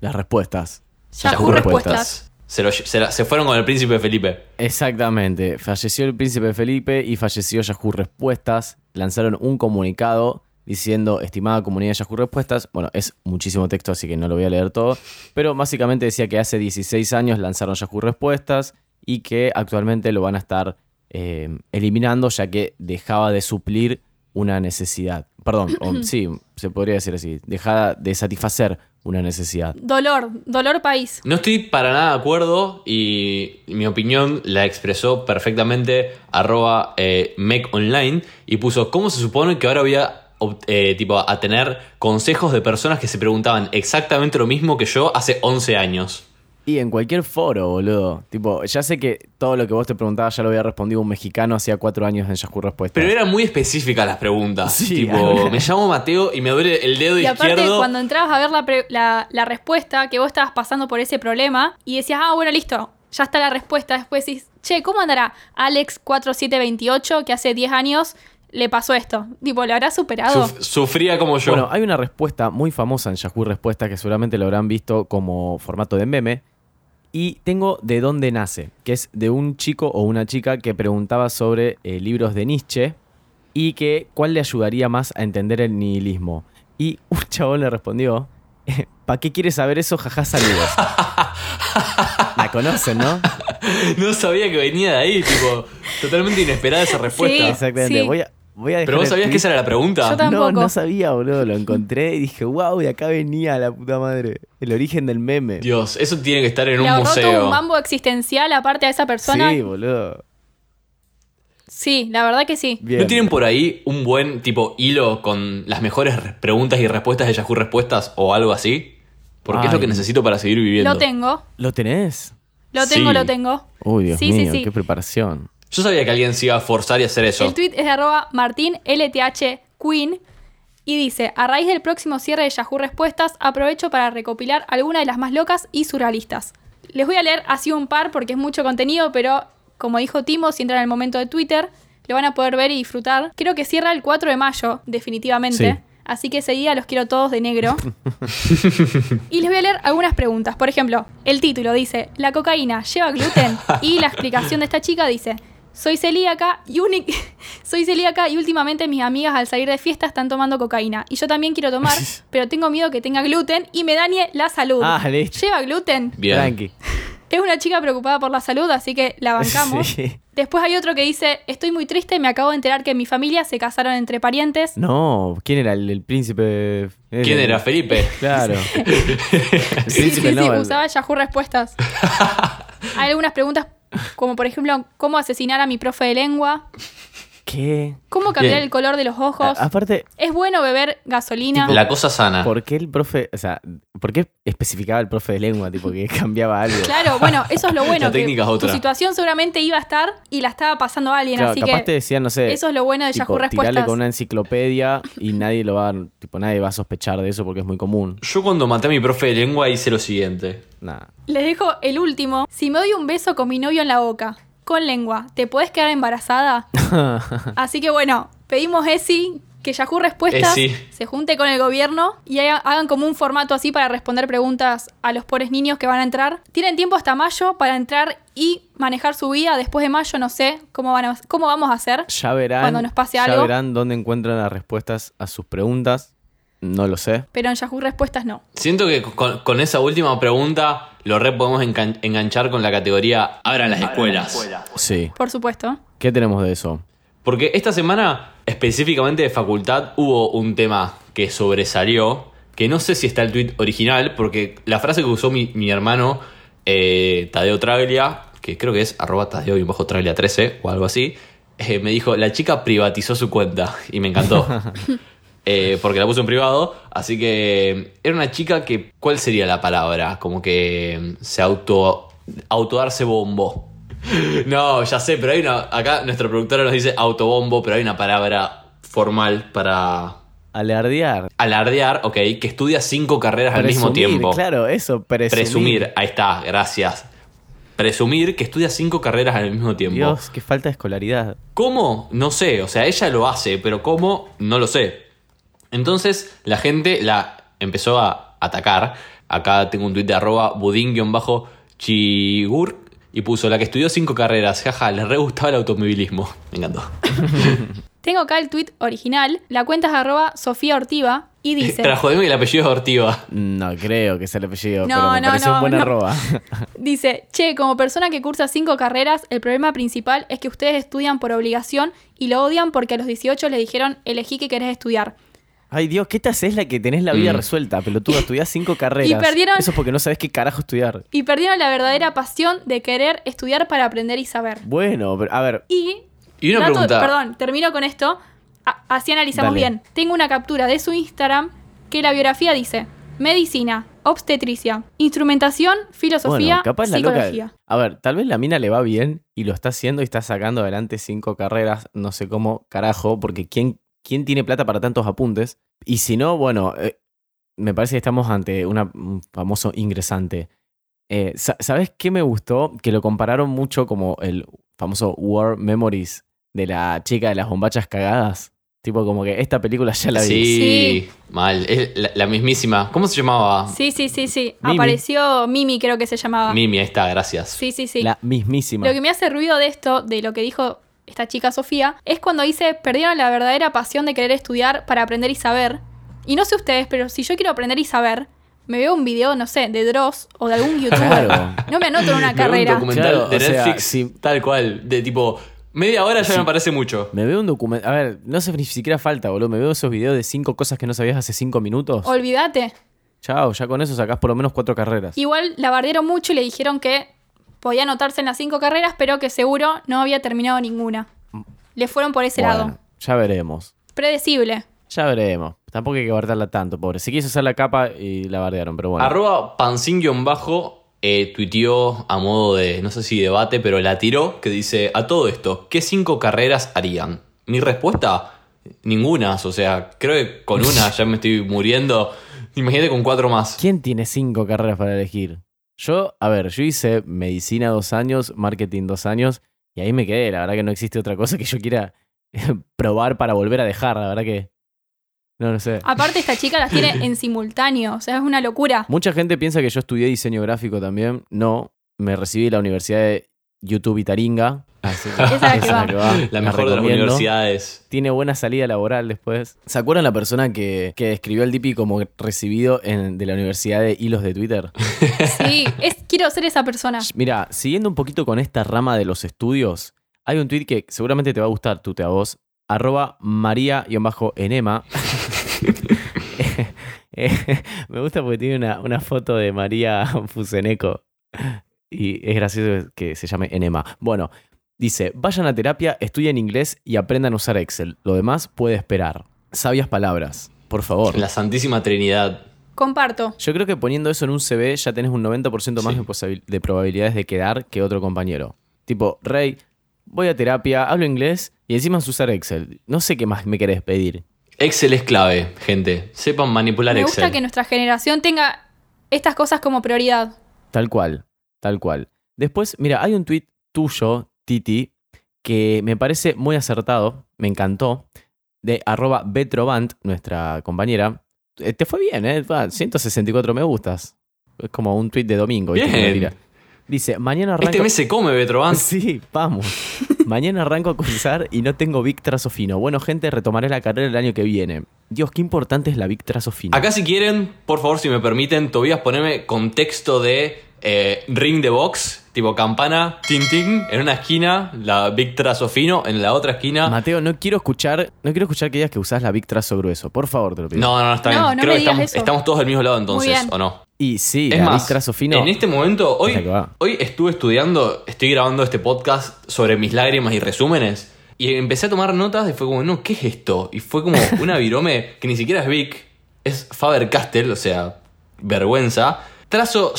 Speaker 3: Las respuestas.
Speaker 2: Yahoo
Speaker 3: Yahoo
Speaker 2: respuestas.
Speaker 1: Se, lo lle- se la- se fueron con el príncipe Felipe.
Speaker 3: Exactamente. Falleció el príncipe Felipe y falleció Yahoo Respuestas. Lanzaron un comunicado diciendo, estimada comunidad de Yahoo Respuestas, bueno, es muchísimo texto, así que no lo voy a leer todo, pero básicamente decía que hace 16 años lanzaron Yahoo Respuestas y que actualmente lo van a estar eh, eliminando ya que dejaba de suplir una necesidad. Perdón, o- sí, se podría decir así, dejaba de satisfacer una necesidad.
Speaker 2: Dolor, dolor país.
Speaker 1: No estoy para nada de acuerdo y mi opinión la expresó perfectamente arroba eh, Mec Online y puso, ¿cómo se supone que ahora voy a, ob- eh, tipo, a tener consejos de personas que se preguntaban exactamente lo mismo que yo hace 11 años?
Speaker 3: Y en cualquier foro, boludo. Tipo, ya sé que todo lo que vos te preguntabas ya lo había respondido un mexicano hacía cuatro años en Yahoo Respuestas.
Speaker 1: Pero eran muy específicas las preguntas.
Speaker 3: Sí,
Speaker 1: tipo,
Speaker 3: ahora-
Speaker 1: me llamo Mateo y me duele el dedo
Speaker 2: Y aparte,
Speaker 1: izquierdo.
Speaker 2: cuando entrabas a ver la, pre- la- la respuesta, que vos estabas pasando por ese problema y decías, ah, bueno, listo, ya está la respuesta. Después decís, che, ¿cómo andará Alex4728 que hace 10 años le pasó esto? Tipo, ¿lo habrá superado?
Speaker 1: Suf- sufría como yo.
Speaker 3: Bueno, hay una respuesta muy famosa en Yahoo Respuestas que seguramente lo habrán visto como formato de meme. Y tengo de dónde nace, que es de un chico o una chica que preguntaba sobre eh, libros de Nietzsche y que cuál le ayudaría más a entender el nihilismo. Y un chabón le respondió, ¿para qué quieres saber eso? Jajá, saludos. La conocen, ¿no?
Speaker 1: no sabía que venía de ahí, tipo, totalmente inesperada esa respuesta.
Speaker 3: Exactamente.
Speaker 2: Sí.
Speaker 3: Voy a, voy a dejar
Speaker 1: Pero vos
Speaker 3: el
Speaker 1: sabías que
Speaker 3: tweet.
Speaker 1: esa era la pregunta.
Speaker 2: Yo tam-
Speaker 3: No,
Speaker 2: Tampoco.
Speaker 3: no sabía, boludo. Lo encontré y dije, wow, de acá venía la puta madre. El origen del meme.
Speaker 1: Dios, eso tiene que estar en
Speaker 2: Le
Speaker 1: un
Speaker 2: ahorró todo
Speaker 1: museo.
Speaker 2: un mambo existencial aparte a esa persona.
Speaker 3: sí,
Speaker 2: Sí,
Speaker 3: boludo.
Speaker 2: la verdad que sí.
Speaker 3: Bien.
Speaker 1: ¿No tienen por ahí un buen tipo hilo con las mejores re- preguntas y respuestas de Yahoo Respuestas o algo así? Porque es lo
Speaker 3: Ay.
Speaker 1: que necesito para seguir viviendo.
Speaker 2: Lo tengo,
Speaker 3: ¿Lo tenés?
Speaker 2: lo tengo,
Speaker 1: Sí.
Speaker 2: lo tengo.
Speaker 3: Uy, Dios
Speaker 2: sí,
Speaker 3: mío,
Speaker 2: sí, sí.
Speaker 3: qué preparación.
Speaker 1: Yo sabía que alguien se iba a forzar y hacer eso.
Speaker 2: El tweet es de arroba martinlthqueen y dice, a raíz del próximo cierre de Yahoo Respuestas, aprovecho para recopilar algunas de las más locas y surrealistas. Les voy a leer así un par porque es mucho contenido, pero como dijo Timo, si entran al momento de Twitter, lo van a poder ver y disfrutar. Creo que cierra el 4 de mayo, definitivamente.
Speaker 3: Sí.
Speaker 2: Así que ese día los quiero todos de negro. Y les voy a leer algunas preguntas. Por ejemplo, el título dice, ¿la cocaína lleva gluten? Y la explicación de esta chica dice, Soy celíaca y únic- soy celíaca y últimamente mis amigas al salir de fiesta están tomando cocaína y yo también quiero tomar, pero tengo miedo que tenga gluten y me dañe la salud.
Speaker 3: Ah, listo.
Speaker 2: Lleva gluten.
Speaker 1: Bien.
Speaker 3: Tranqui.
Speaker 2: Es una chica preocupada por la salud, así que la bancamos.
Speaker 3: Sí.
Speaker 2: Después hay otro que dice, estoy muy triste, me acabo de enterar que en mi familia se casaron entre parientes.
Speaker 3: No, ¿quién era el, el príncipe?
Speaker 1: ¿Quién era Felipe?
Speaker 3: Claro. El
Speaker 2: Sí, sí,
Speaker 3: príncipe
Speaker 2: sí,
Speaker 3: Nobel.
Speaker 2: usaba Yahoo Respuestas. Hay algunas preguntas, como por ejemplo, ¿cómo asesinar a mi profe de lengua?
Speaker 3: ¿Qué?
Speaker 2: ¿Cómo cambiar
Speaker 1: Bien.
Speaker 2: el color de los
Speaker 3: A-
Speaker 2: ojos?
Speaker 3: aparte,
Speaker 2: ¿Es bueno beber gasolina?
Speaker 1: La cosa sana.
Speaker 3: ¿por qué el profe, o sea, por qué especificaba el profe de lengua, tipo que cambiaba algo?
Speaker 2: Claro, bueno, eso es lo bueno.
Speaker 1: La
Speaker 2: que
Speaker 1: técnica es
Speaker 2: tu
Speaker 1: otra.
Speaker 2: situación seguramente iba a estar y la estaba pasando a alguien,
Speaker 3: Claro,
Speaker 2: así
Speaker 3: capaz te
Speaker 2: que
Speaker 3: decían, no sé,
Speaker 2: eso es lo bueno de
Speaker 3: tipo,
Speaker 2: Yahoo
Speaker 3: tirarle
Speaker 2: Respuestas.
Speaker 3: con una enciclopedia y nadie lo va, a- tipo, nadie va a sospechar de eso porque es muy común.
Speaker 1: Yo cuando maté a mi profe de lengua hice lo siguiente.
Speaker 3: Nada.
Speaker 2: Les dejo el último. Si me doy un beso con mi novio en la boca, con lengua, ¿te puedes quedar embarazada? Así que bueno, pedimos ESI que Yahoo Respuestas
Speaker 1: ESI.
Speaker 2: se junte con el gobierno y haga- hagan como un formato así para responder preguntas a los pobres niños que van a entrar. Tienen tiempo hasta mayo para entrar y manejar su vida. Después de mayo no sé cómo, van a- cómo vamos a hacer.
Speaker 3: Ya verán,
Speaker 2: Cuando nos pase
Speaker 3: ya
Speaker 2: algo.
Speaker 3: verán dónde encuentran las respuestas a sus preguntas. No lo sé.
Speaker 2: Pero en Yahoo Respuestas no.
Speaker 1: Siento que con, con esa última pregunta lo re podemos engan- enganchar con la categoría Abran las escuelas.
Speaker 3: Sí.
Speaker 2: Por supuesto.
Speaker 3: ¿Qué tenemos de eso?
Speaker 1: Porque esta semana, específicamente de facultad, hubo un tema que sobresalió, que no sé si está el tweet original, porque la frase que usó mi, mi hermano eh, Tadeo Traglia, que creo que es arroba Tadeo y bajo Traglia 13 o algo así, eh, me dijo, la chica privatizó su cuenta y me encantó. Eh, porque la puso en privado, así que era una chica que, ¿cuál sería la palabra? Como que mm, se auto, autodarse bombo. No, ya sé, pero hay una, acá nuestra productora nos dice autobombo, pero hay una palabra formal para
Speaker 3: Alardear.
Speaker 1: alardear, ok, que estudia cinco carreras al mismo
Speaker 3: Presumir,
Speaker 1: tiempo.
Speaker 3: Claro, eso, presumir.
Speaker 1: Presumir, ahí está, gracias. Presumir que estudia cinco carreras al mismo tiempo.
Speaker 3: Dios, qué falta de escolaridad.
Speaker 1: ¿Cómo? No sé, o sea, ella lo hace, pero ¿cómo? No lo sé. Entonces la gente la empezó a atacar. Acá tengo un tuit de arroba budín-chigur y puso la que estudió cinco carreras, jaja, le re gustaba el automovilismo. Me encantó.
Speaker 2: Tengo acá el tweet original. La cuenta es arroba Sofía Ortiva y dice...
Speaker 1: Para joderme que el apellido es Ortiva.
Speaker 3: No creo que sea el apellido,
Speaker 2: No,
Speaker 3: pero me
Speaker 2: no,
Speaker 3: parece
Speaker 2: no,
Speaker 3: un buen
Speaker 2: no.
Speaker 3: arroba.
Speaker 2: Dice, che, como persona que cursa cinco carreras, el problema principal es que ustedes estudian por obligación y lo odian porque a los 18 les dijeron, elegí que querés estudiar.
Speaker 3: Ay, Dios, ¿qué te haces la que tenés la vida
Speaker 1: Mm.
Speaker 3: resuelta, pelotuda? Estudiás cinco carreras.
Speaker 2: perdieron-
Speaker 3: Eso es porque no sabés qué carajo estudiar.
Speaker 2: Y perdieron la verdadera pasión de querer estudiar para aprender y saber.
Speaker 3: Bueno, pero a ver,
Speaker 2: Y...
Speaker 1: Y una
Speaker 2: dato-
Speaker 1: pregunta.
Speaker 2: Perdón, termino con esto. A- así analizamos
Speaker 3: Dale.
Speaker 2: bien. Tengo una captura de su Instagram que la biografía dice, medicina, obstetricia, instrumentación, filosofía,
Speaker 3: bueno, capaz la loca.
Speaker 2: psicología.
Speaker 3: A ver, tal vez la mina le va bien y lo está haciendo y está sacando adelante cinco carreras, no sé cómo, carajo, porque ¿quién, quién tiene plata para tantos apuntes? Y si no, bueno, eh, me parece que estamos ante una- un famoso ingresante. Eh, sa- ¿Sabes qué me gustó? Que lo compararon mucho como el famoso War Memories de la chica de las bombachas cagadas. Tipo, como que esta película ya la vi.
Speaker 1: sí,
Speaker 2: Sí.
Speaker 1: mal. Es la, la mismísima. ¿Cómo se llamaba?
Speaker 2: Sí, sí, sí, sí.
Speaker 3: Mimi.
Speaker 2: Apareció Mimi, creo que se llamaba.
Speaker 1: Mimi, ahí está, gracias.
Speaker 2: Sí, sí, sí.
Speaker 3: La mismísima.
Speaker 2: Lo que me hace ruido de esto, de lo que dijo esta chica Sofía, es cuando dice, perdieron la verdadera pasión de querer estudiar para aprender y saber. Y no sé ustedes, pero si yo quiero aprender y saber, me veo un video, no sé, de Dross o de algún youtuber.
Speaker 3: Claro.
Speaker 2: No me anoto en una
Speaker 1: Me veo un
Speaker 2: carrera.
Speaker 1: documental
Speaker 3: Claro,
Speaker 1: de
Speaker 3: o sea,
Speaker 1: Netflix
Speaker 3: sí.
Speaker 1: tal cual, de tipo media hora ya me parece mucho.
Speaker 3: Me veo un documento. A ver, no hace ni siquiera falta, boludo. Me veo esos videos de cinco cosas que no sabías hace cinco minutos.
Speaker 2: Olvídate.
Speaker 3: Chao, ya con eso sacás por lo menos cuatro carreras.
Speaker 2: Igual la bardearon mucho y le dijeron que podía anotarse en las cinco carreras, pero que seguro no había terminado ninguna. Le fueron por ese lado.
Speaker 3: Bueno, ya veremos.
Speaker 2: Predecible.
Speaker 3: Ya veremos. Tampoco hay que guardarla tanto, pobre. Se quiso hacer la capa y la bardearon, pero bueno.
Speaker 1: Arroba pancín-bajo eh, tuiteó a modo de, no sé si debate, pero la tiró, que dice, a todo esto, ¿qué cinco carreras harían? Mi respuesta, ninguna, o sea, creo que con una ya me estoy muriendo. Imagínate con cuatro más.
Speaker 3: ¿Quién tiene cinco carreras para elegir? Yo, a ver, yo hice medicina dos años, marketing dos años, y ahí me quedé. La verdad que no existe otra cosa que yo quiera probar para volver a dejar. La verdad que. No, no sé.
Speaker 2: Aparte, esta chica las tiene en simultáneo. O sea, es una locura.
Speaker 3: Mucha gente piensa que yo estudié diseño gráfico también. No, me recibí de la Universidad de YouTube y Taringa. Así que
Speaker 2: Esa es la que va.
Speaker 1: Ah, La mejor de las
Speaker 3: recomiendo.
Speaker 1: universidades.
Speaker 3: Tiene buena salida laboral después. ¿Se acuerdan la persona que, que escribió el DIPI como recibido en- de la Universidad de Hilos de Twitter?
Speaker 2: Sí, es, quiero ser esa persona.
Speaker 3: Mira, siguiendo un poquito con esta rama de los estudios, hay un tweet que seguramente te va a gustar, tute a vos, arroba maría-enema. Eh, Me gusta porque tiene una, una foto de María Fuseneco y es gracioso que se llame enema. Bueno, dice, vayan a terapia, estudien inglés y aprendan a usar Excel. Lo demás puede esperar. Sabias palabras, por favor.
Speaker 1: La Santísima Trinidad.
Speaker 2: Comparto.
Speaker 3: Yo creo que poniendo eso en un CV ya tenés un 90% más
Speaker 1: Sí.
Speaker 3: de posabil- de probabilidades de quedar que otro compañero. Tipo, Rey, voy a terapia, hablo inglés y encima sé usar Excel. No sé qué más me querés pedir.
Speaker 1: Excel es clave, gente. Sepan manipular
Speaker 2: Me
Speaker 1: Excel.
Speaker 2: gusta que nuestra generación tenga estas cosas como prioridad.
Speaker 3: Tal cual, tal cual. Después, mira, hay un tweet tuyo, Titi, que me parece muy acertado, me encantó, de arroba Betrovant, nuestra compañera. Eh, Te fue bien, ¿eh? Ah, 164 me gustas. Es como un tweet de domingo. ¿viste?
Speaker 1: Bien.
Speaker 3: Que lo tira. Dice, mañana arranca...
Speaker 1: Este mes se come, Betroban.
Speaker 3: Sí, vamos. Mañana arranco a cursar y no tengo Vic trazo fino. Bueno, gente, retomaré la carrera el año que viene. Dios, qué importante es la Vic trazo fino.
Speaker 1: Acá si quieren, por favor, si me permiten, Tobías, poneme contexto de eh, ring de box, tipo campana, tin tin, en una esquina, la Big Trazo Fino, en la otra esquina.
Speaker 3: Mateo, no quiero escuchar, no quiero escuchar que digas que usás la Vic trazo grueso. Por favor, te lo pido.
Speaker 1: no, no, no, está
Speaker 2: No,
Speaker 1: bien.
Speaker 2: no
Speaker 1: Creo
Speaker 2: me
Speaker 1: que
Speaker 2: digas
Speaker 1: estamos,
Speaker 2: eso.
Speaker 1: estamos todos del mismo lado entonces,
Speaker 2: bien.
Speaker 1: ¿o no?
Speaker 3: Y sí,
Speaker 1: Es
Speaker 3: la
Speaker 1: más,
Speaker 3: Vic trazo fino.
Speaker 1: en este momento, hoy,
Speaker 3: la que va.
Speaker 1: hoy estuve estudiando, estoy grabando este podcast sobre mis lágrimas y resúmenes. Y empecé a tomar notas y fue como, no, ¿qué es esto? Y fue como una virome que ni siquiera es Vic, es Faber Castell, o sea, vergüenza. Trazo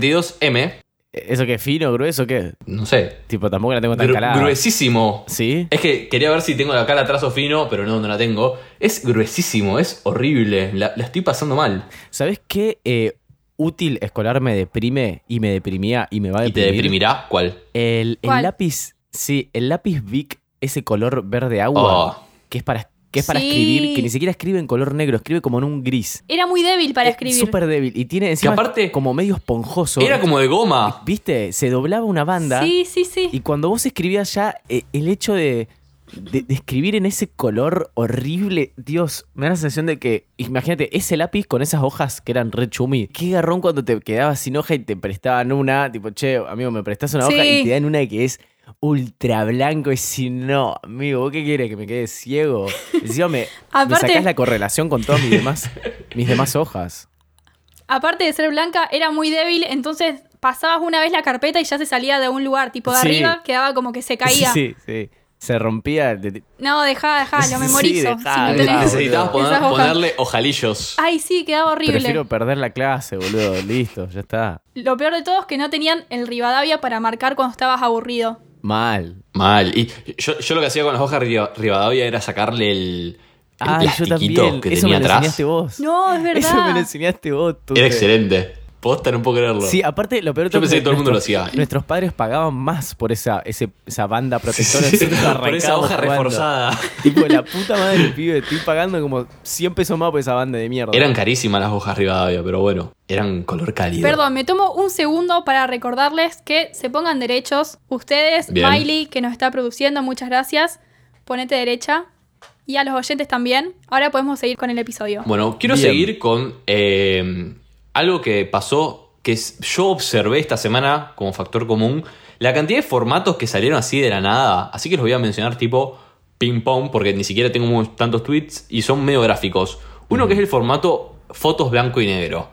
Speaker 1: 032M,
Speaker 3: ¿Eso qué fino, grueso, qué?
Speaker 1: no sé,
Speaker 3: Tipo, tampoco la tengo tan
Speaker 1: gru-
Speaker 3: calada.
Speaker 1: gruesísimo.
Speaker 3: ¿Sí?
Speaker 1: Es que quería ver si tengo la cara trazo fino, pero no, no la tengo. Es gruesísimo, es horrible, la, la estoy pasando mal.
Speaker 3: ¿Sabes qué eh, útil escolar me deprime y me deprimía y me va a
Speaker 1: ¿Y te
Speaker 3: deprimir?
Speaker 1: deprimirá? ¿Cuál?
Speaker 3: El, el
Speaker 2: ¿Cuál?
Speaker 3: lápiz, sí, el lápiz Vic, ese color verde agua,
Speaker 1: Oh,
Speaker 3: que es para, que es para
Speaker 2: Sí.
Speaker 3: escribir, que ni siquiera escribe en color negro, escribe como en un gris.
Speaker 2: Era muy débil para
Speaker 3: Es
Speaker 2: escribir.
Speaker 3: Súper débil. Y tiene encima
Speaker 1: aparte-
Speaker 3: como medio esponjoso.
Speaker 1: era como de goma.
Speaker 3: ¿Viste? Se doblaba una banda.
Speaker 2: Sí, sí, sí.
Speaker 3: Y cuando vos escribías ya, eh, el hecho de, de- de escribir en ese color horrible, Dios, me da la sensación de que, imagínate, ese lápiz con esas hojas que eran re chumi, qué garrón cuando te quedabas sin hoja y te prestaban una, tipo, che, amigo, me prestás una hoja
Speaker 2: Sí.
Speaker 3: y te dan una que es ultra blanco y si no, amigo, ¿vos qué quieres? ¿Que me quede ciego? Encima me, me
Speaker 2: Aparte-
Speaker 3: sacás la correlación con todas mis demás, mis demás hojas.
Speaker 2: Aparte de ser blanca, era muy débil, entonces pasabas una vez la carpeta y ya se salía de un lugar, tipo de
Speaker 3: Sí.
Speaker 2: arriba, quedaba como que se caía.
Speaker 3: Sí, sí. Se rompía. de- de-
Speaker 2: No, dejá, dejá,
Speaker 3: Sí,
Speaker 2: lo memorizo.
Speaker 3: dejá,
Speaker 2: si no
Speaker 3: dejá,
Speaker 2: tenés-
Speaker 3: boludo.
Speaker 1: Necesitabas poner-
Speaker 2: Esas hojas.
Speaker 1: ponerle ojalillos.
Speaker 2: Ay, sí, quedaba horrible.
Speaker 3: Prefiero perder la clase, boludo. Listo, ya está.
Speaker 2: Lo peor de todo es que no tenían el Rivadavia para marcar cuando estabas aburrido.
Speaker 3: Mal.
Speaker 1: Mal. Y yo, yo lo que hacía con las hojas Riva- Rivadavia era sacarle el, el
Speaker 3: Ah, yo
Speaker 1: plastiquito
Speaker 3: también.
Speaker 1: que
Speaker 3: Eso
Speaker 1: tenía
Speaker 3: me lo
Speaker 1: atrás.
Speaker 3: enseñaste vos.
Speaker 2: No, es verdad.
Speaker 3: Eso me lo enseñaste vos, tú.
Speaker 1: Era excelente. Posta, no puedo creerlo.
Speaker 3: Sí, aparte, lo peor de
Speaker 1: Yo pensé
Speaker 3: es
Speaker 1: que todo el mundo lo
Speaker 3: nuestros-
Speaker 1: hacía.
Speaker 3: Nuestros padres pagaban más por esa, ese- esa banda protectora.
Speaker 1: Sí, sí,
Speaker 3: nosotros
Speaker 1: por esa
Speaker 3: arrancábamos
Speaker 1: hoja
Speaker 3: jugando.
Speaker 1: reforzada.
Speaker 3: Tipo, la puta madre del pibe, estoy pagando como 100 pesos más por esa banda de mierda.
Speaker 1: Eran carísimas las hojas Rivadavia, pero bueno, eran color cálido.
Speaker 2: Perdón, me tomo un segundo para recordarles que se pongan derechos. Ustedes,
Speaker 1: Bien.
Speaker 2: Miley, que nos está produciendo, muchas gracias. Ponete derecha. Y a los oyentes también. Ahora podemos seguir con el episodio.
Speaker 1: Bueno, quiero
Speaker 3: Bien.
Speaker 1: seguir con eh, algo que pasó, que es- yo observé esta semana como factor común, la cantidad de formatos que salieron así de la nada, así que los voy a mencionar tipo ping pong, porque ni siquiera tengo mu- tantos tweets y son medio gráficos. Uno que es el formato fotos blanco y negro.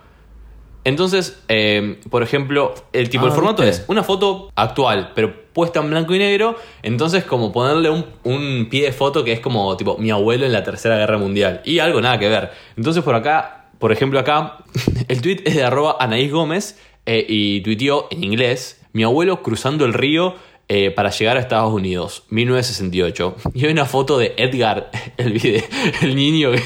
Speaker 1: Entonces, eh, por ejemplo, el tipo,
Speaker 3: Ah,
Speaker 1: el formato
Speaker 3: ¿viste?
Speaker 1: es una foto actual, pero puesta en blanco y negro, entonces como ponerle un, un pie de foto que es como tipo mi abuelo en la Tercera Guerra Mundial y algo nada que ver. Entonces por acá, por ejemplo acá, el tweet es de arroba Anaís Gómez eh, y tuiteó en inglés, mi abuelo cruzando el río eh, para llegar a Estados Unidos, 1968. Y hay una foto de Edgar, el, vide- el niño que,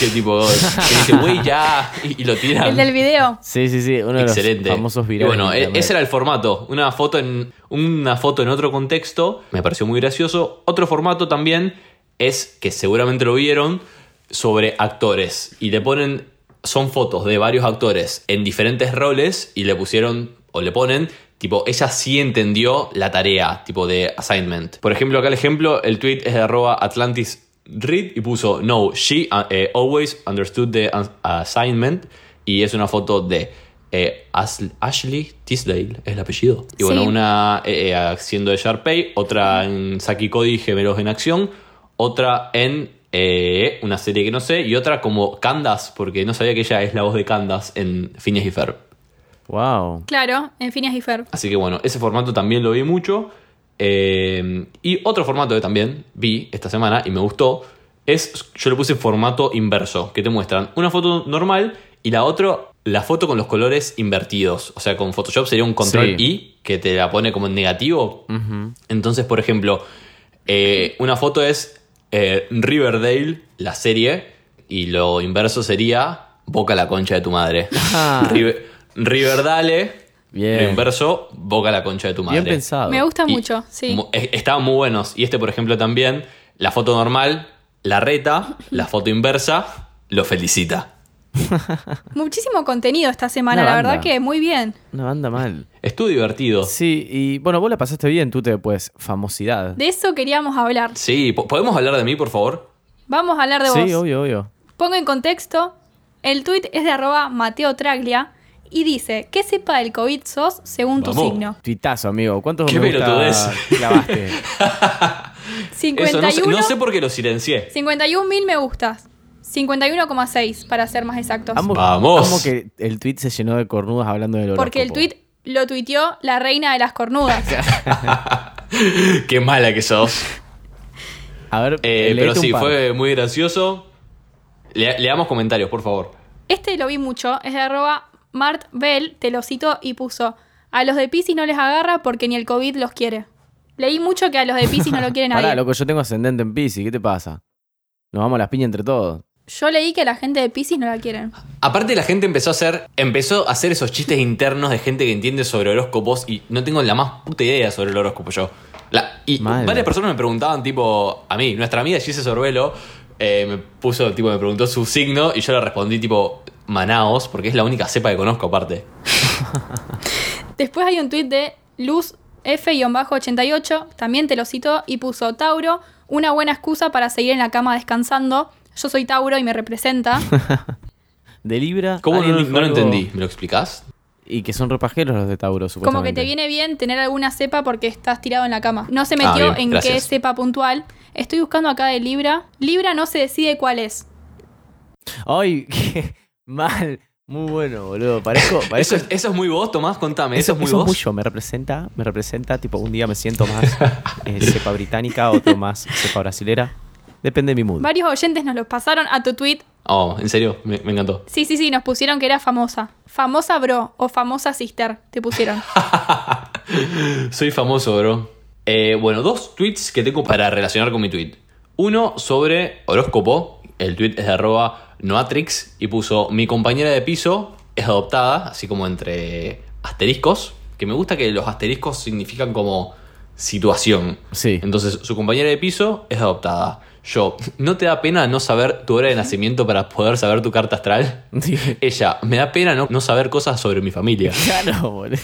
Speaker 1: que tipo, que dice, güey, ya, y, y lo tiran.
Speaker 2: El del video.
Speaker 3: Sí, sí, sí. Uno
Speaker 1: Excelente.
Speaker 3: de los famosos
Speaker 1: Y
Speaker 3: virales.
Speaker 1: bueno,
Speaker 3: de
Speaker 1: e-
Speaker 3: internet.
Speaker 1: ese era el formato. Una foto, en, una foto en otro contexto. Me pareció muy gracioso. Otro formato también es, que seguramente lo vieron, sobre actores. Y le ponen. Son fotos de varios actores en diferentes roles. Y le pusieron. O le ponen. Tipo, ella sí entendió la tarea, tipo de assignment. Por ejemplo, acá el ejemplo, el tweet es de arroba Atlantis Read y puso, no, she eh, always understood the an- assignment. Y es una foto de eh, As- Ashley Tisdale, es el apellido. Y bueno,
Speaker 2: Sí.
Speaker 1: una eh, eh, haciendo de Sharpay, otra en Saki Cody Gemelos en Acción, otra en eh, una serie que no sé, y otra como Candace, porque no sabía que ella es la voz de Candace en Phineas y Ferb.
Speaker 3: Wow.
Speaker 2: Claro, en Phineas y Ferb.
Speaker 1: Así que bueno, ese formato también lo vi mucho. Eh, y otro formato que también vi esta semana y me gustó es, yo le puse formato inverso, que te muestran una foto normal y la otra, la foto con los colores invertidos. O sea, con Photoshop sería un control
Speaker 3: Sí.
Speaker 1: I que te la pone como en negativo. Entonces, por ejemplo, eh, una foto es eh, Riverdale, la serie, y lo inverso sería Boca la concha de tu madre.
Speaker 3: Ah.
Speaker 1: River- Riverdale,
Speaker 3: Bien.
Speaker 1: lo inverso, Boca la concha de tu madre.
Speaker 3: Bien pensado.
Speaker 2: Me gusta
Speaker 1: Y
Speaker 2: mucho, sí.
Speaker 1: mu- e- Estaban muy buenos. Y este, por ejemplo, también, la foto normal, la reta, la foto inversa, lo felicita.
Speaker 2: Muchísimo contenido esta semana,
Speaker 3: Una
Speaker 2: la
Speaker 3: banda.
Speaker 2: verdad que muy bien.
Speaker 3: Una banda mal.
Speaker 1: Estuvo divertido.
Speaker 3: Sí, y bueno, vos la pasaste bien, tú te pues, famosidad.
Speaker 2: De eso queríamos hablar.
Speaker 1: Sí, po- ¿podemos hablar de mí, por favor?
Speaker 2: Vamos a hablar de vos.
Speaker 3: Sí, obvio, obvio.
Speaker 2: Pongo en contexto, el tuit es de arroba Mateo Traglia y dice, ¿qué cepa del COVID sos según tu
Speaker 1: Vamos.
Speaker 2: signo?
Speaker 3: Tuitazo, amigo. ¿Cuántos
Speaker 1: Qué
Speaker 3: me gusta
Speaker 1: pelotudez.
Speaker 3: clavaste?
Speaker 1: Eso,
Speaker 2: 51,
Speaker 1: no sé, no sé por qué lo silencié.
Speaker 2: 51 mil me gustas. 51,6 para ser más exactos.
Speaker 3: Amo-
Speaker 1: Vamos.
Speaker 3: amo que el tweet se llenó de cornudas hablando del horóscopo.
Speaker 2: Porque el tuit lo tuiteó la reina de las cornudas.
Speaker 1: Qué mala que sos.
Speaker 3: A ver,
Speaker 1: Eh,
Speaker 3: leete
Speaker 1: pero
Speaker 3: un
Speaker 1: sí,
Speaker 3: par.
Speaker 1: fue muy gracioso. Le, leamos comentarios, por favor.
Speaker 2: Este lo vi mucho, es de arroba Mart Bell, te lo cito y puso, a los de Pisces no les agarra porque ni el COVID los quiere. Leí mucho que a los de Pisces no lo quiere nadie.
Speaker 3: Pará, loco, yo tengo ascendente en Pisces, ¿qué te pasa? Nos vamos a las piñas entre todos.
Speaker 2: Yo leí que a la gente de Pisces no la quieren.
Speaker 1: Aparte la gente empezó a hacer empezó a hacer esos chistes internos de gente que entiende sobre horóscopos y no tengo la más puta idea sobre el horóscopo yo. La- y
Speaker 3: Mal.
Speaker 1: varias personas me preguntaban tipo a mí, nuestra amiga Gise Sorbelo eh, me puso tipo me preguntó su signo y yo le respondí tipo Manaos porque es la única cepa que conozco aparte.
Speaker 2: Después hay un tuit de Luz F-88, también te lo cito, y puso Tauro, una buena excusa para seguir en la cama descansando. Yo soy Tauro y me representa.
Speaker 3: De Libra.
Speaker 1: ¿Cómo
Speaker 3: alguien
Speaker 1: no,
Speaker 3: dijo
Speaker 1: no lo
Speaker 3: algo-
Speaker 1: entendí? ¿Me lo explicás?
Speaker 3: Y que son repajeros los de Tauro,
Speaker 2: Como
Speaker 3: supuestamente.
Speaker 2: que te viene bien tener alguna cepa porque estás tirado en la cama. No se metió
Speaker 1: Ah, bien,
Speaker 2: en qué
Speaker 1: gracias.
Speaker 2: cepa puntual. Estoy buscando acá de Libra. Libra no se decide cuál es.
Speaker 3: ¡Ay! Qué mal. Muy bueno, boludo. Parezco.
Speaker 1: Eso
Speaker 3: parezco
Speaker 1: es, eso es muy vos, Tomás, contame, eso, es muy vos.
Speaker 3: yo, me representa, me representa, tipo, un día me siento más eh, cepa británica, otro más cepa brasilera. Depende de mi mood.
Speaker 2: Varios oyentes nos los pasaron a tu tweet.
Speaker 1: Oh, en serio, me, me encantó.
Speaker 2: Sí, sí, sí, nos pusieron que era famosa. Famosa bro o famosa sister, te pusieron.
Speaker 1: Soy famoso, bro. Eh, bueno, dos tweets que tengo para relacionar con mi tweet. Uno sobre horóscopo. El tweet es de arroba Noatrix y puso mi compañera de piso es adoptada, así como entre asteriscos. Que me gusta que los asteriscos significan como situación.
Speaker 3: Sí.
Speaker 1: Entonces, su compañera de piso es adoptada. Yo, ¿no te da pena no saber tu hora de nacimiento para poder saber tu carta astral?
Speaker 3: Sí.
Speaker 1: Ella, me da pena no, no saber cosas sobre mi familia.
Speaker 3: Claro, boludo.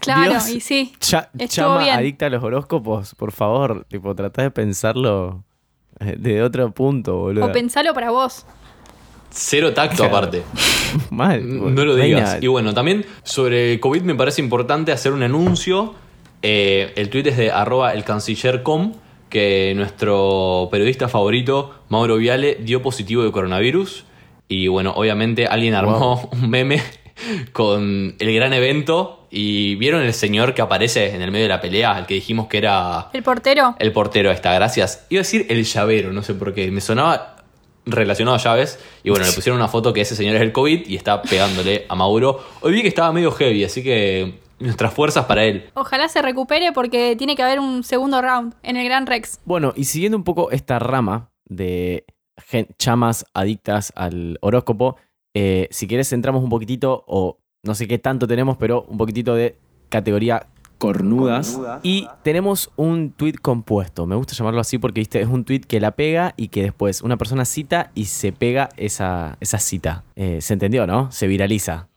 Speaker 2: Claro,
Speaker 3: Dios.
Speaker 2: y sí.
Speaker 3: Cha-
Speaker 2: Estuvo
Speaker 3: chama
Speaker 2: bien.
Speaker 3: adicta a los horóscopos, por favor. Tipo, tratá de pensarlo eh, de otro punto, boludo.
Speaker 2: O pensalo para vos.
Speaker 1: Cero tacto
Speaker 3: Claro.
Speaker 1: aparte.
Speaker 3: Mal.
Speaker 1: No lo digas. Y bueno, también sobre COVID me parece importante hacer un anuncio. Eh, el tweet es de arroba el canciller com, que nuestro periodista favorito, Mauro Viale, dio positivo de coronavirus. Y bueno, obviamente alguien armó un meme con el gran evento. Y vieron el señor que aparece en el medio de la pelea, el que dijimos que era
Speaker 2: El portero.
Speaker 1: el portero está, gracias. Iba a decir el llavero, no sé por qué. Me sonaba relacionado a llaves. Y bueno, le pusieron una foto que ese señor es el COVID y está pegándole a Mauro. Hoy vi que estaba medio heavy, así que nuestras fuerzas para él.
Speaker 2: Ojalá se recupere porque tiene que haber un segundo round en el Gran Rex.
Speaker 3: Bueno, y siguiendo un poco esta rama de gen- chamas adictas al horóscopo, eh, si querés entramos un poquitito, o no sé qué tanto tenemos, pero un poquitito de categoría cornudas. Y tenemos un tweet compuesto. Me gusta llamarlo así porque ¿viste? es un tweet que la pega y que después una persona cita y se pega esa, esa cita. Eh, ¿Se entendió, no? Se viraliza.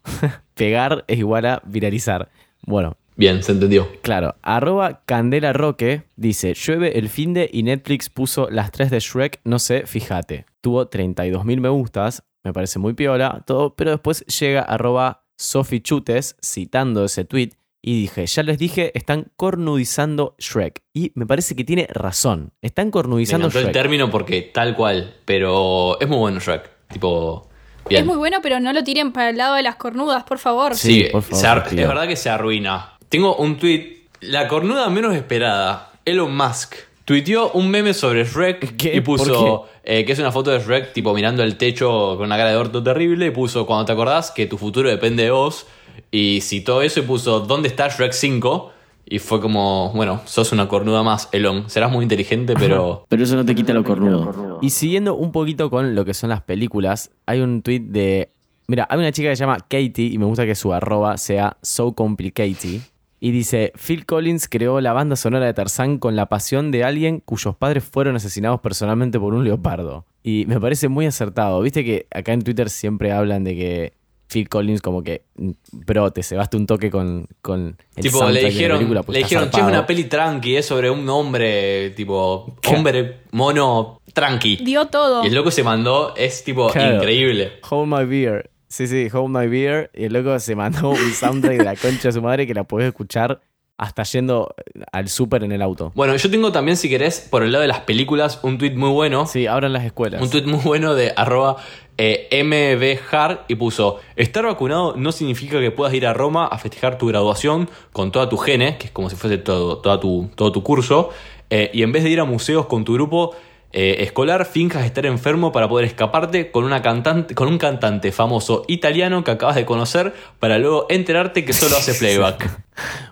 Speaker 3: Pegar es igual a viralizar. Bueno,
Speaker 1: Bien, se entendió.
Speaker 3: Claro, arroba Candela Roque dice, llueve el fin de y Netflix puso las 3 de Shrek, no sé, fíjate. Tuvo 32.000 me gustas, me parece muy piola, todo, pero después llega arroba Sophie Chutes citando ese tweet y dije, ya les dije, están cornudizando Shrek. Y me parece que tiene razón, están
Speaker 1: Me
Speaker 3: cornudizando
Speaker 1: encantó el
Speaker 3: Shrek.
Speaker 1: término porque tal cual, pero es muy bueno Shrek. Tipo, bien.
Speaker 2: Es muy bueno, pero no lo tiren para el lado de las cornudas, por favor.
Speaker 1: Sí,
Speaker 3: Sí, por favor,
Speaker 1: se ar-
Speaker 3: respira.
Speaker 1: es verdad que se arruina. Tengo un tweet. La cornuda menos esperada, Elon Musk, tuiteó un meme sobre Shrek
Speaker 3: ¿Qué?
Speaker 1: y
Speaker 3: ¿Por
Speaker 1: puso eh, que es una foto de Shrek tipo mirando el techo con una cara de orto terrible y puso cuando te acordás que tu futuro depende de vos y citó eso y puso ¿dónde está Shrek 5? Y fue como, bueno, sos una cornuda más, Elon. Serás muy inteligente, pero...
Speaker 4: Pero eso no te quita lo cornudo.
Speaker 3: Y siguiendo un poquito con lo que son las películas, hay un tweet de. Mira, hay una chica que se llama Katie y me gusta que su arroba sea so complicated. Y dice: Phil Collins creó la banda sonora de Tarzán con la pasión de alguien cuyos padres fueron asesinados personalmente por un leopardo. Y me parece muy acertado. Viste que acá en Twitter siempre hablan de que Phil Collins, como que, bro, te cebaste un toque con, con el
Speaker 1: tipo,
Speaker 3: soundtrack
Speaker 1: le
Speaker 3: de la
Speaker 1: dijeron,
Speaker 3: película, pues
Speaker 1: le
Speaker 3: está
Speaker 1: dijeron, che, es una
Speaker 3: zarpado".
Speaker 1: peli tranqui, es sobre un hombre, tipo,
Speaker 3: Claro.
Speaker 1: hombre mono tranqui.
Speaker 2: Dio todo.
Speaker 1: Y el loco se mandó, es tipo
Speaker 3: Claro.
Speaker 1: increíble.
Speaker 3: Hold My Beer. Sí, sí, Hold My Beer. Y el loco se mandó un soundtrack de la concha de su madre que la podés escuchar hasta yendo eh, al súper en el auto.
Speaker 1: Bueno, yo tengo también, si querés, por el lado de las películas, un tweet muy bueno.
Speaker 3: Sí, abran las escuelas.
Speaker 1: Un tweet muy bueno de arroba eh, mbhar y puso, estar vacunado no significa que puedas ir a Roma a festejar tu graduación con toda tu gene, que es como si fuese todo, toda tu, todo tu curso, eh, y en vez de ir a museos con tu grupo eh, escolar, finjas estar enfermo para poder escaparte con, una cantante, con un cantante famoso italiano que acabas de conocer para luego enterarte que solo hace playback.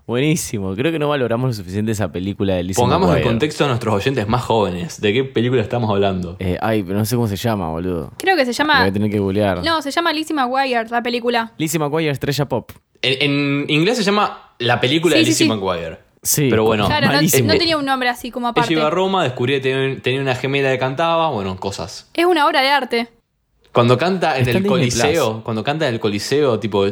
Speaker 3: Buenísimo. Creo que no valoramos lo suficiente esa película de Lizzie
Speaker 1: Pongamos en
Speaker 3: McGuire.
Speaker 1: contexto a nuestros oyentes más jóvenes. ¿De qué película estamos hablando?
Speaker 3: Eh, ay, pero no sé cómo se llama, boludo.
Speaker 2: Creo que se
Speaker 3: Lo voy
Speaker 2: llama.
Speaker 3: a tener que googlear.
Speaker 2: Ah. No, se llama Lizzie McGuire, la película.
Speaker 3: Lizzie McGuire, estrella pop.
Speaker 1: En, en inglés se llama La película
Speaker 2: Sí,
Speaker 1: de
Speaker 2: sí,
Speaker 1: Lizzie
Speaker 2: sí.
Speaker 1: McGuire.
Speaker 3: Sí.
Speaker 1: Pero bueno,
Speaker 2: claro, no-
Speaker 3: malísimo.
Speaker 2: no, tenía un nombre así como
Speaker 1: Ella
Speaker 2: aparte.
Speaker 1: iba a Roma, descubrí que ten- tenía una gemela que cantaba, bueno, cosas.
Speaker 2: Es una obra de arte.
Speaker 1: Cuando canta en
Speaker 3: Está en
Speaker 1: el
Speaker 3: Disney
Speaker 1: Coliseo, cuando canta en el Coliseo, tipo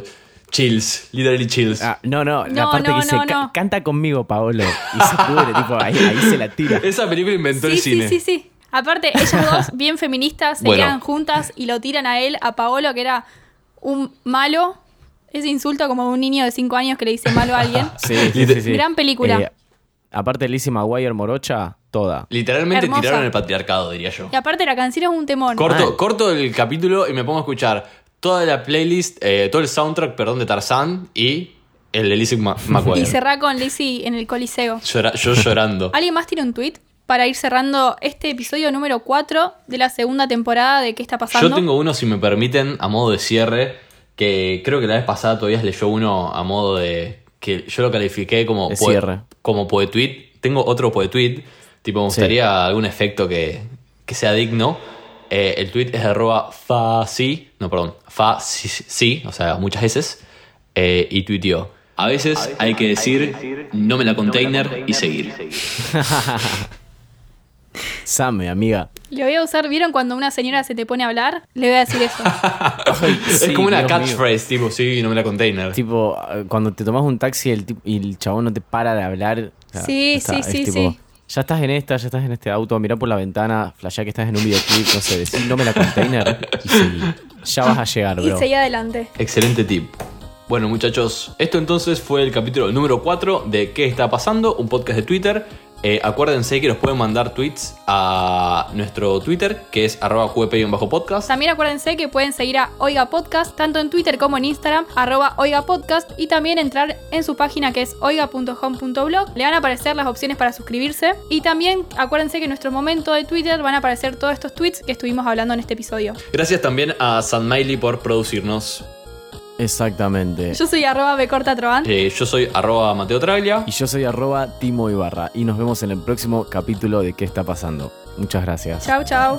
Speaker 1: chills, literally chills.
Speaker 3: Ah, no, no, la
Speaker 2: No,
Speaker 3: parte
Speaker 2: no,
Speaker 3: que dice,
Speaker 2: no,
Speaker 3: "Ca-
Speaker 2: no.
Speaker 3: canta conmigo, Paolo. Y se pudre, tipo, ahí, ahí se la tira.
Speaker 1: Esa película inventó
Speaker 2: Sí,
Speaker 1: el
Speaker 2: sí,
Speaker 1: cine.
Speaker 2: sí, sí. Aparte, ellas dos, bien feministas, se
Speaker 1: Bueno.
Speaker 2: quedan juntas y lo tiran a él, a Paolo, que era un malo. Ese insulto como un niño de 5 años que le dice malo a alguien.
Speaker 3: Sí, sí, sí, sí.
Speaker 2: Gran película.
Speaker 3: Eh, aparte, Lizzie McGuire morocha, toda.
Speaker 1: Literalmente
Speaker 2: Hermosa.
Speaker 1: tiraron el patriarcado, diría yo.
Speaker 2: Y aparte la canción es un temón.
Speaker 1: Corto,
Speaker 3: Mal.
Speaker 1: corto el capítulo y me pongo a escuchar toda la playlist, eh, todo el soundtrack, perdón, de Tarzán y el de Lizzie Ma-
Speaker 2: Ah, y
Speaker 1: McGuire.
Speaker 2: cerrá con Lizzie en el Coliseo.
Speaker 1: Llora- yo llorando.
Speaker 2: ¿Alguien más tiene un tweet para ir cerrando este episodio número 4 de la segunda temporada de ¿Qué está pasando?
Speaker 1: Yo tengo uno, si me permiten, a modo de cierre, que creo que la vez pasada todavía leyó uno a modo de. que yo lo califiqué como.
Speaker 3: De
Speaker 1: poe-
Speaker 3: cierre.
Speaker 1: Como poetuit. Tengo otro poetuit. Tipo, me
Speaker 3: Sí.
Speaker 1: gustaría algún efecto que, que sea digno. Eh, el tweet es de arroba fasi. No, perdón. Fa si, si, o sea, muchas veces. eh, y tuiteó. A veces hay que decir, no me la container y seguir.
Speaker 3: Same, amiga.
Speaker 2: Le voy a usar, ¿vieron cuando una señora se te pone a hablar? Le voy a decir eso.
Speaker 1: Es
Speaker 3: Sí,
Speaker 1: como una
Speaker 3: Dios mío.
Speaker 1: catchphrase, tipo, sí, no me la container.
Speaker 3: Tipo, eh, cuando te tomas un taxi el tip- y el chabón no te para de hablar. o sea,
Speaker 2: Sí,
Speaker 3: está-
Speaker 2: sí,
Speaker 3: es
Speaker 2: sí,
Speaker 3: tipo,
Speaker 2: sí.
Speaker 3: Ya estás en esta, ya estás en este auto, mirá por la ventana, flashea que estás en un videoclip, no sé, decí, no me la container y seguí. ya vas a llegar,
Speaker 2: y
Speaker 3: bro.
Speaker 2: seguí adelante.
Speaker 1: Excelente tip. Bueno muchachos, esto entonces fue el capítulo número 4 de ¿Qué está pasando? Un podcast de Twitter. Eh, acuérdense que nos pueden mandar tweets a nuestro Twitter, que es arroba bajo podcast.
Speaker 2: También acuérdense que pueden seguir a Oiga Podcast tanto en Twitter como en Instagram, arroba Oiga Podcast, y también entrar en su página que es oiga.home.blog. Le van a aparecer las opciones para suscribirse. Y también acuérdense que en nuestro momento de Twitter van a aparecer todos estos tweets que estuvimos hablando en este episodio.
Speaker 1: Gracias también a San Miley por producirnos.
Speaker 3: Exactamente.
Speaker 2: Yo soy arroba Becorta Troan.
Speaker 1: Eh, yo soy arroba Mateo Traglia.
Speaker 3: Y yo soy arroba Timo Ibarra y nos vemos en el próximo capítulo de ¿Qué está pasando? Muchas gracias.
Speaker 2: Chau, chau.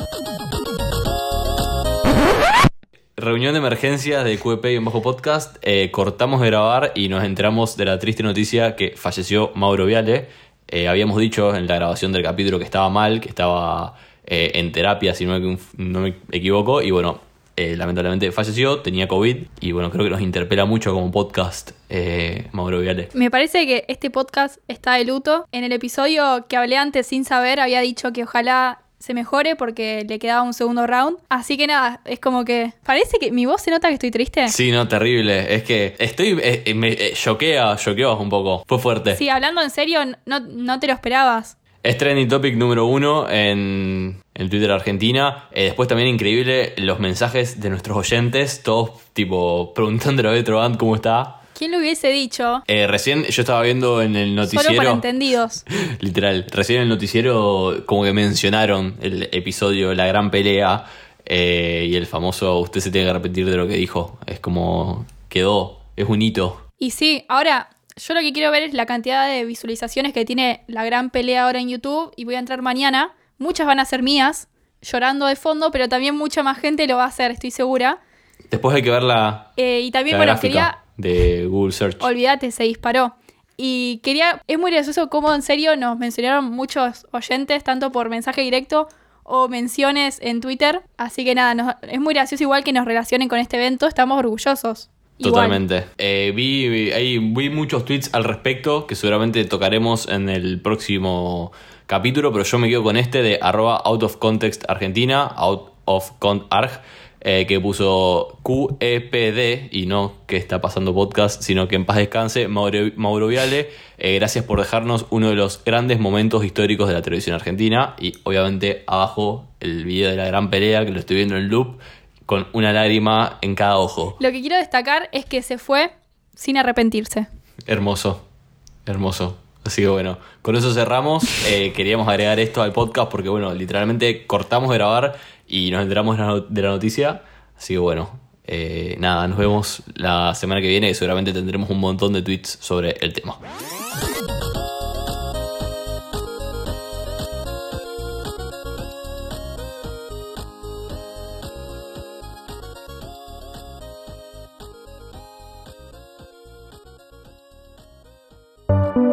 Speaker 1: Reunión de emergencia de E QEP bajo podcast. Eh, cortamos de grabar y nos enteramos de la triste noticia que falleció Mauro Viale. Eh, habíamos dicho en la grabación del capítulo que estaba mal, que estaba eh, en terapia, si no me, no me equivoco. Y bueno, eh, lamentablemente falleció, tenía COVID y bueno, creo que nos interpela mucho como podcast eh, Mauro Viale.
Speaker 2: Me parece que este podcast está de luto. En el episodio que hablé antes sin saber había dicho que ojalá se mejore porque le quedaba un segundo round. Así que nada, es como que... Parece que mi voz se nota que estoy triste.
Speaker 1: Sí, no, terrible. Es que estoy. eh, eh, me eh, choquea, choqueó un poco. Fue fuerte.
Speaker 2: Sí, hablando en serio, no, no te lo esperabas.
Speaker 1: Es trending topic número uno en, en Twitter Argentina. Eh, después también increíble los mensajes de nuestros oyentes, todos tipo preguntándole a Betro Band cómo está.
Speaker 2: ¿Quién lo hubiese dicho?
Speaker 1: Eh, recién yo estaba viendo en el
Speaker 2: Solo para
Speaker 1: noticiero.
Speaker 2: entendidos.
Speaker 1: Literal, recién en el noticiero como que mencionaron el episodio La Gran Pelea eh, y el famoso Usted se tiene que arrepentir de lo que dijo. Es como quedó, es un hito.
Speaker 2: Y sí, ahora yo lo que quiero ver es la cantidad de visualizaciones que tiene la gran pelea ahora en YouTube y voy a entrar mañana. Muchas van a ser mías, llorando de fondo, pero también mucha más gente lo va a hacer, estoy segura.
Speaker 1: Después hay que ver la,
Speaker 2: Eh, y también,
Speaker 1: la
Speaker 2: bueno,
Speaker 1: gráfica de Google Search.
Speaker 2: quería, olvídate, se disparó. Y quería, es muy gracioso cómo en serio nos mencionaron muchos oyentes, tanto por mensaje directo o menciones en Twitter. Así que nada, nos- es muy gracioso igual que nos relacionen con este evento, estamos orgullosos. Igual.
Speaker 1: Totalmente. Eh, vi, vi- ahí vi muchos tweets al respecto que seguramente tocaremos en el próximo capítulo, pero yo me quedo con este de arroba out of context argentina, out of cont arg, eh, que puso QEPD y no que está pasando podcast, sino que en paz descanse, Mauro, Mauro Viale, eh, gracias por dejarnos uno de los grandes momentos históricos de la televisión argentina y obviamente abajo el video de la gran pelea que lo estoy viendo en loop con una lágrima en cada ojo.
Speaker 2: Lo que quiero destacar es que se fue sin arrepentirse.
Speaker 1: Hermoso, hermoso. Así que bueno, con eso cerramos. Eh, queríamos agregar esto al podcast porque bueno, literalmente cortamos de grabar y nos enteramos de la no- de la noticia. Así que bueno, eh, nada, nos vemos la semana que viene y seguramente tendremos un montón de tweets sobre el tema.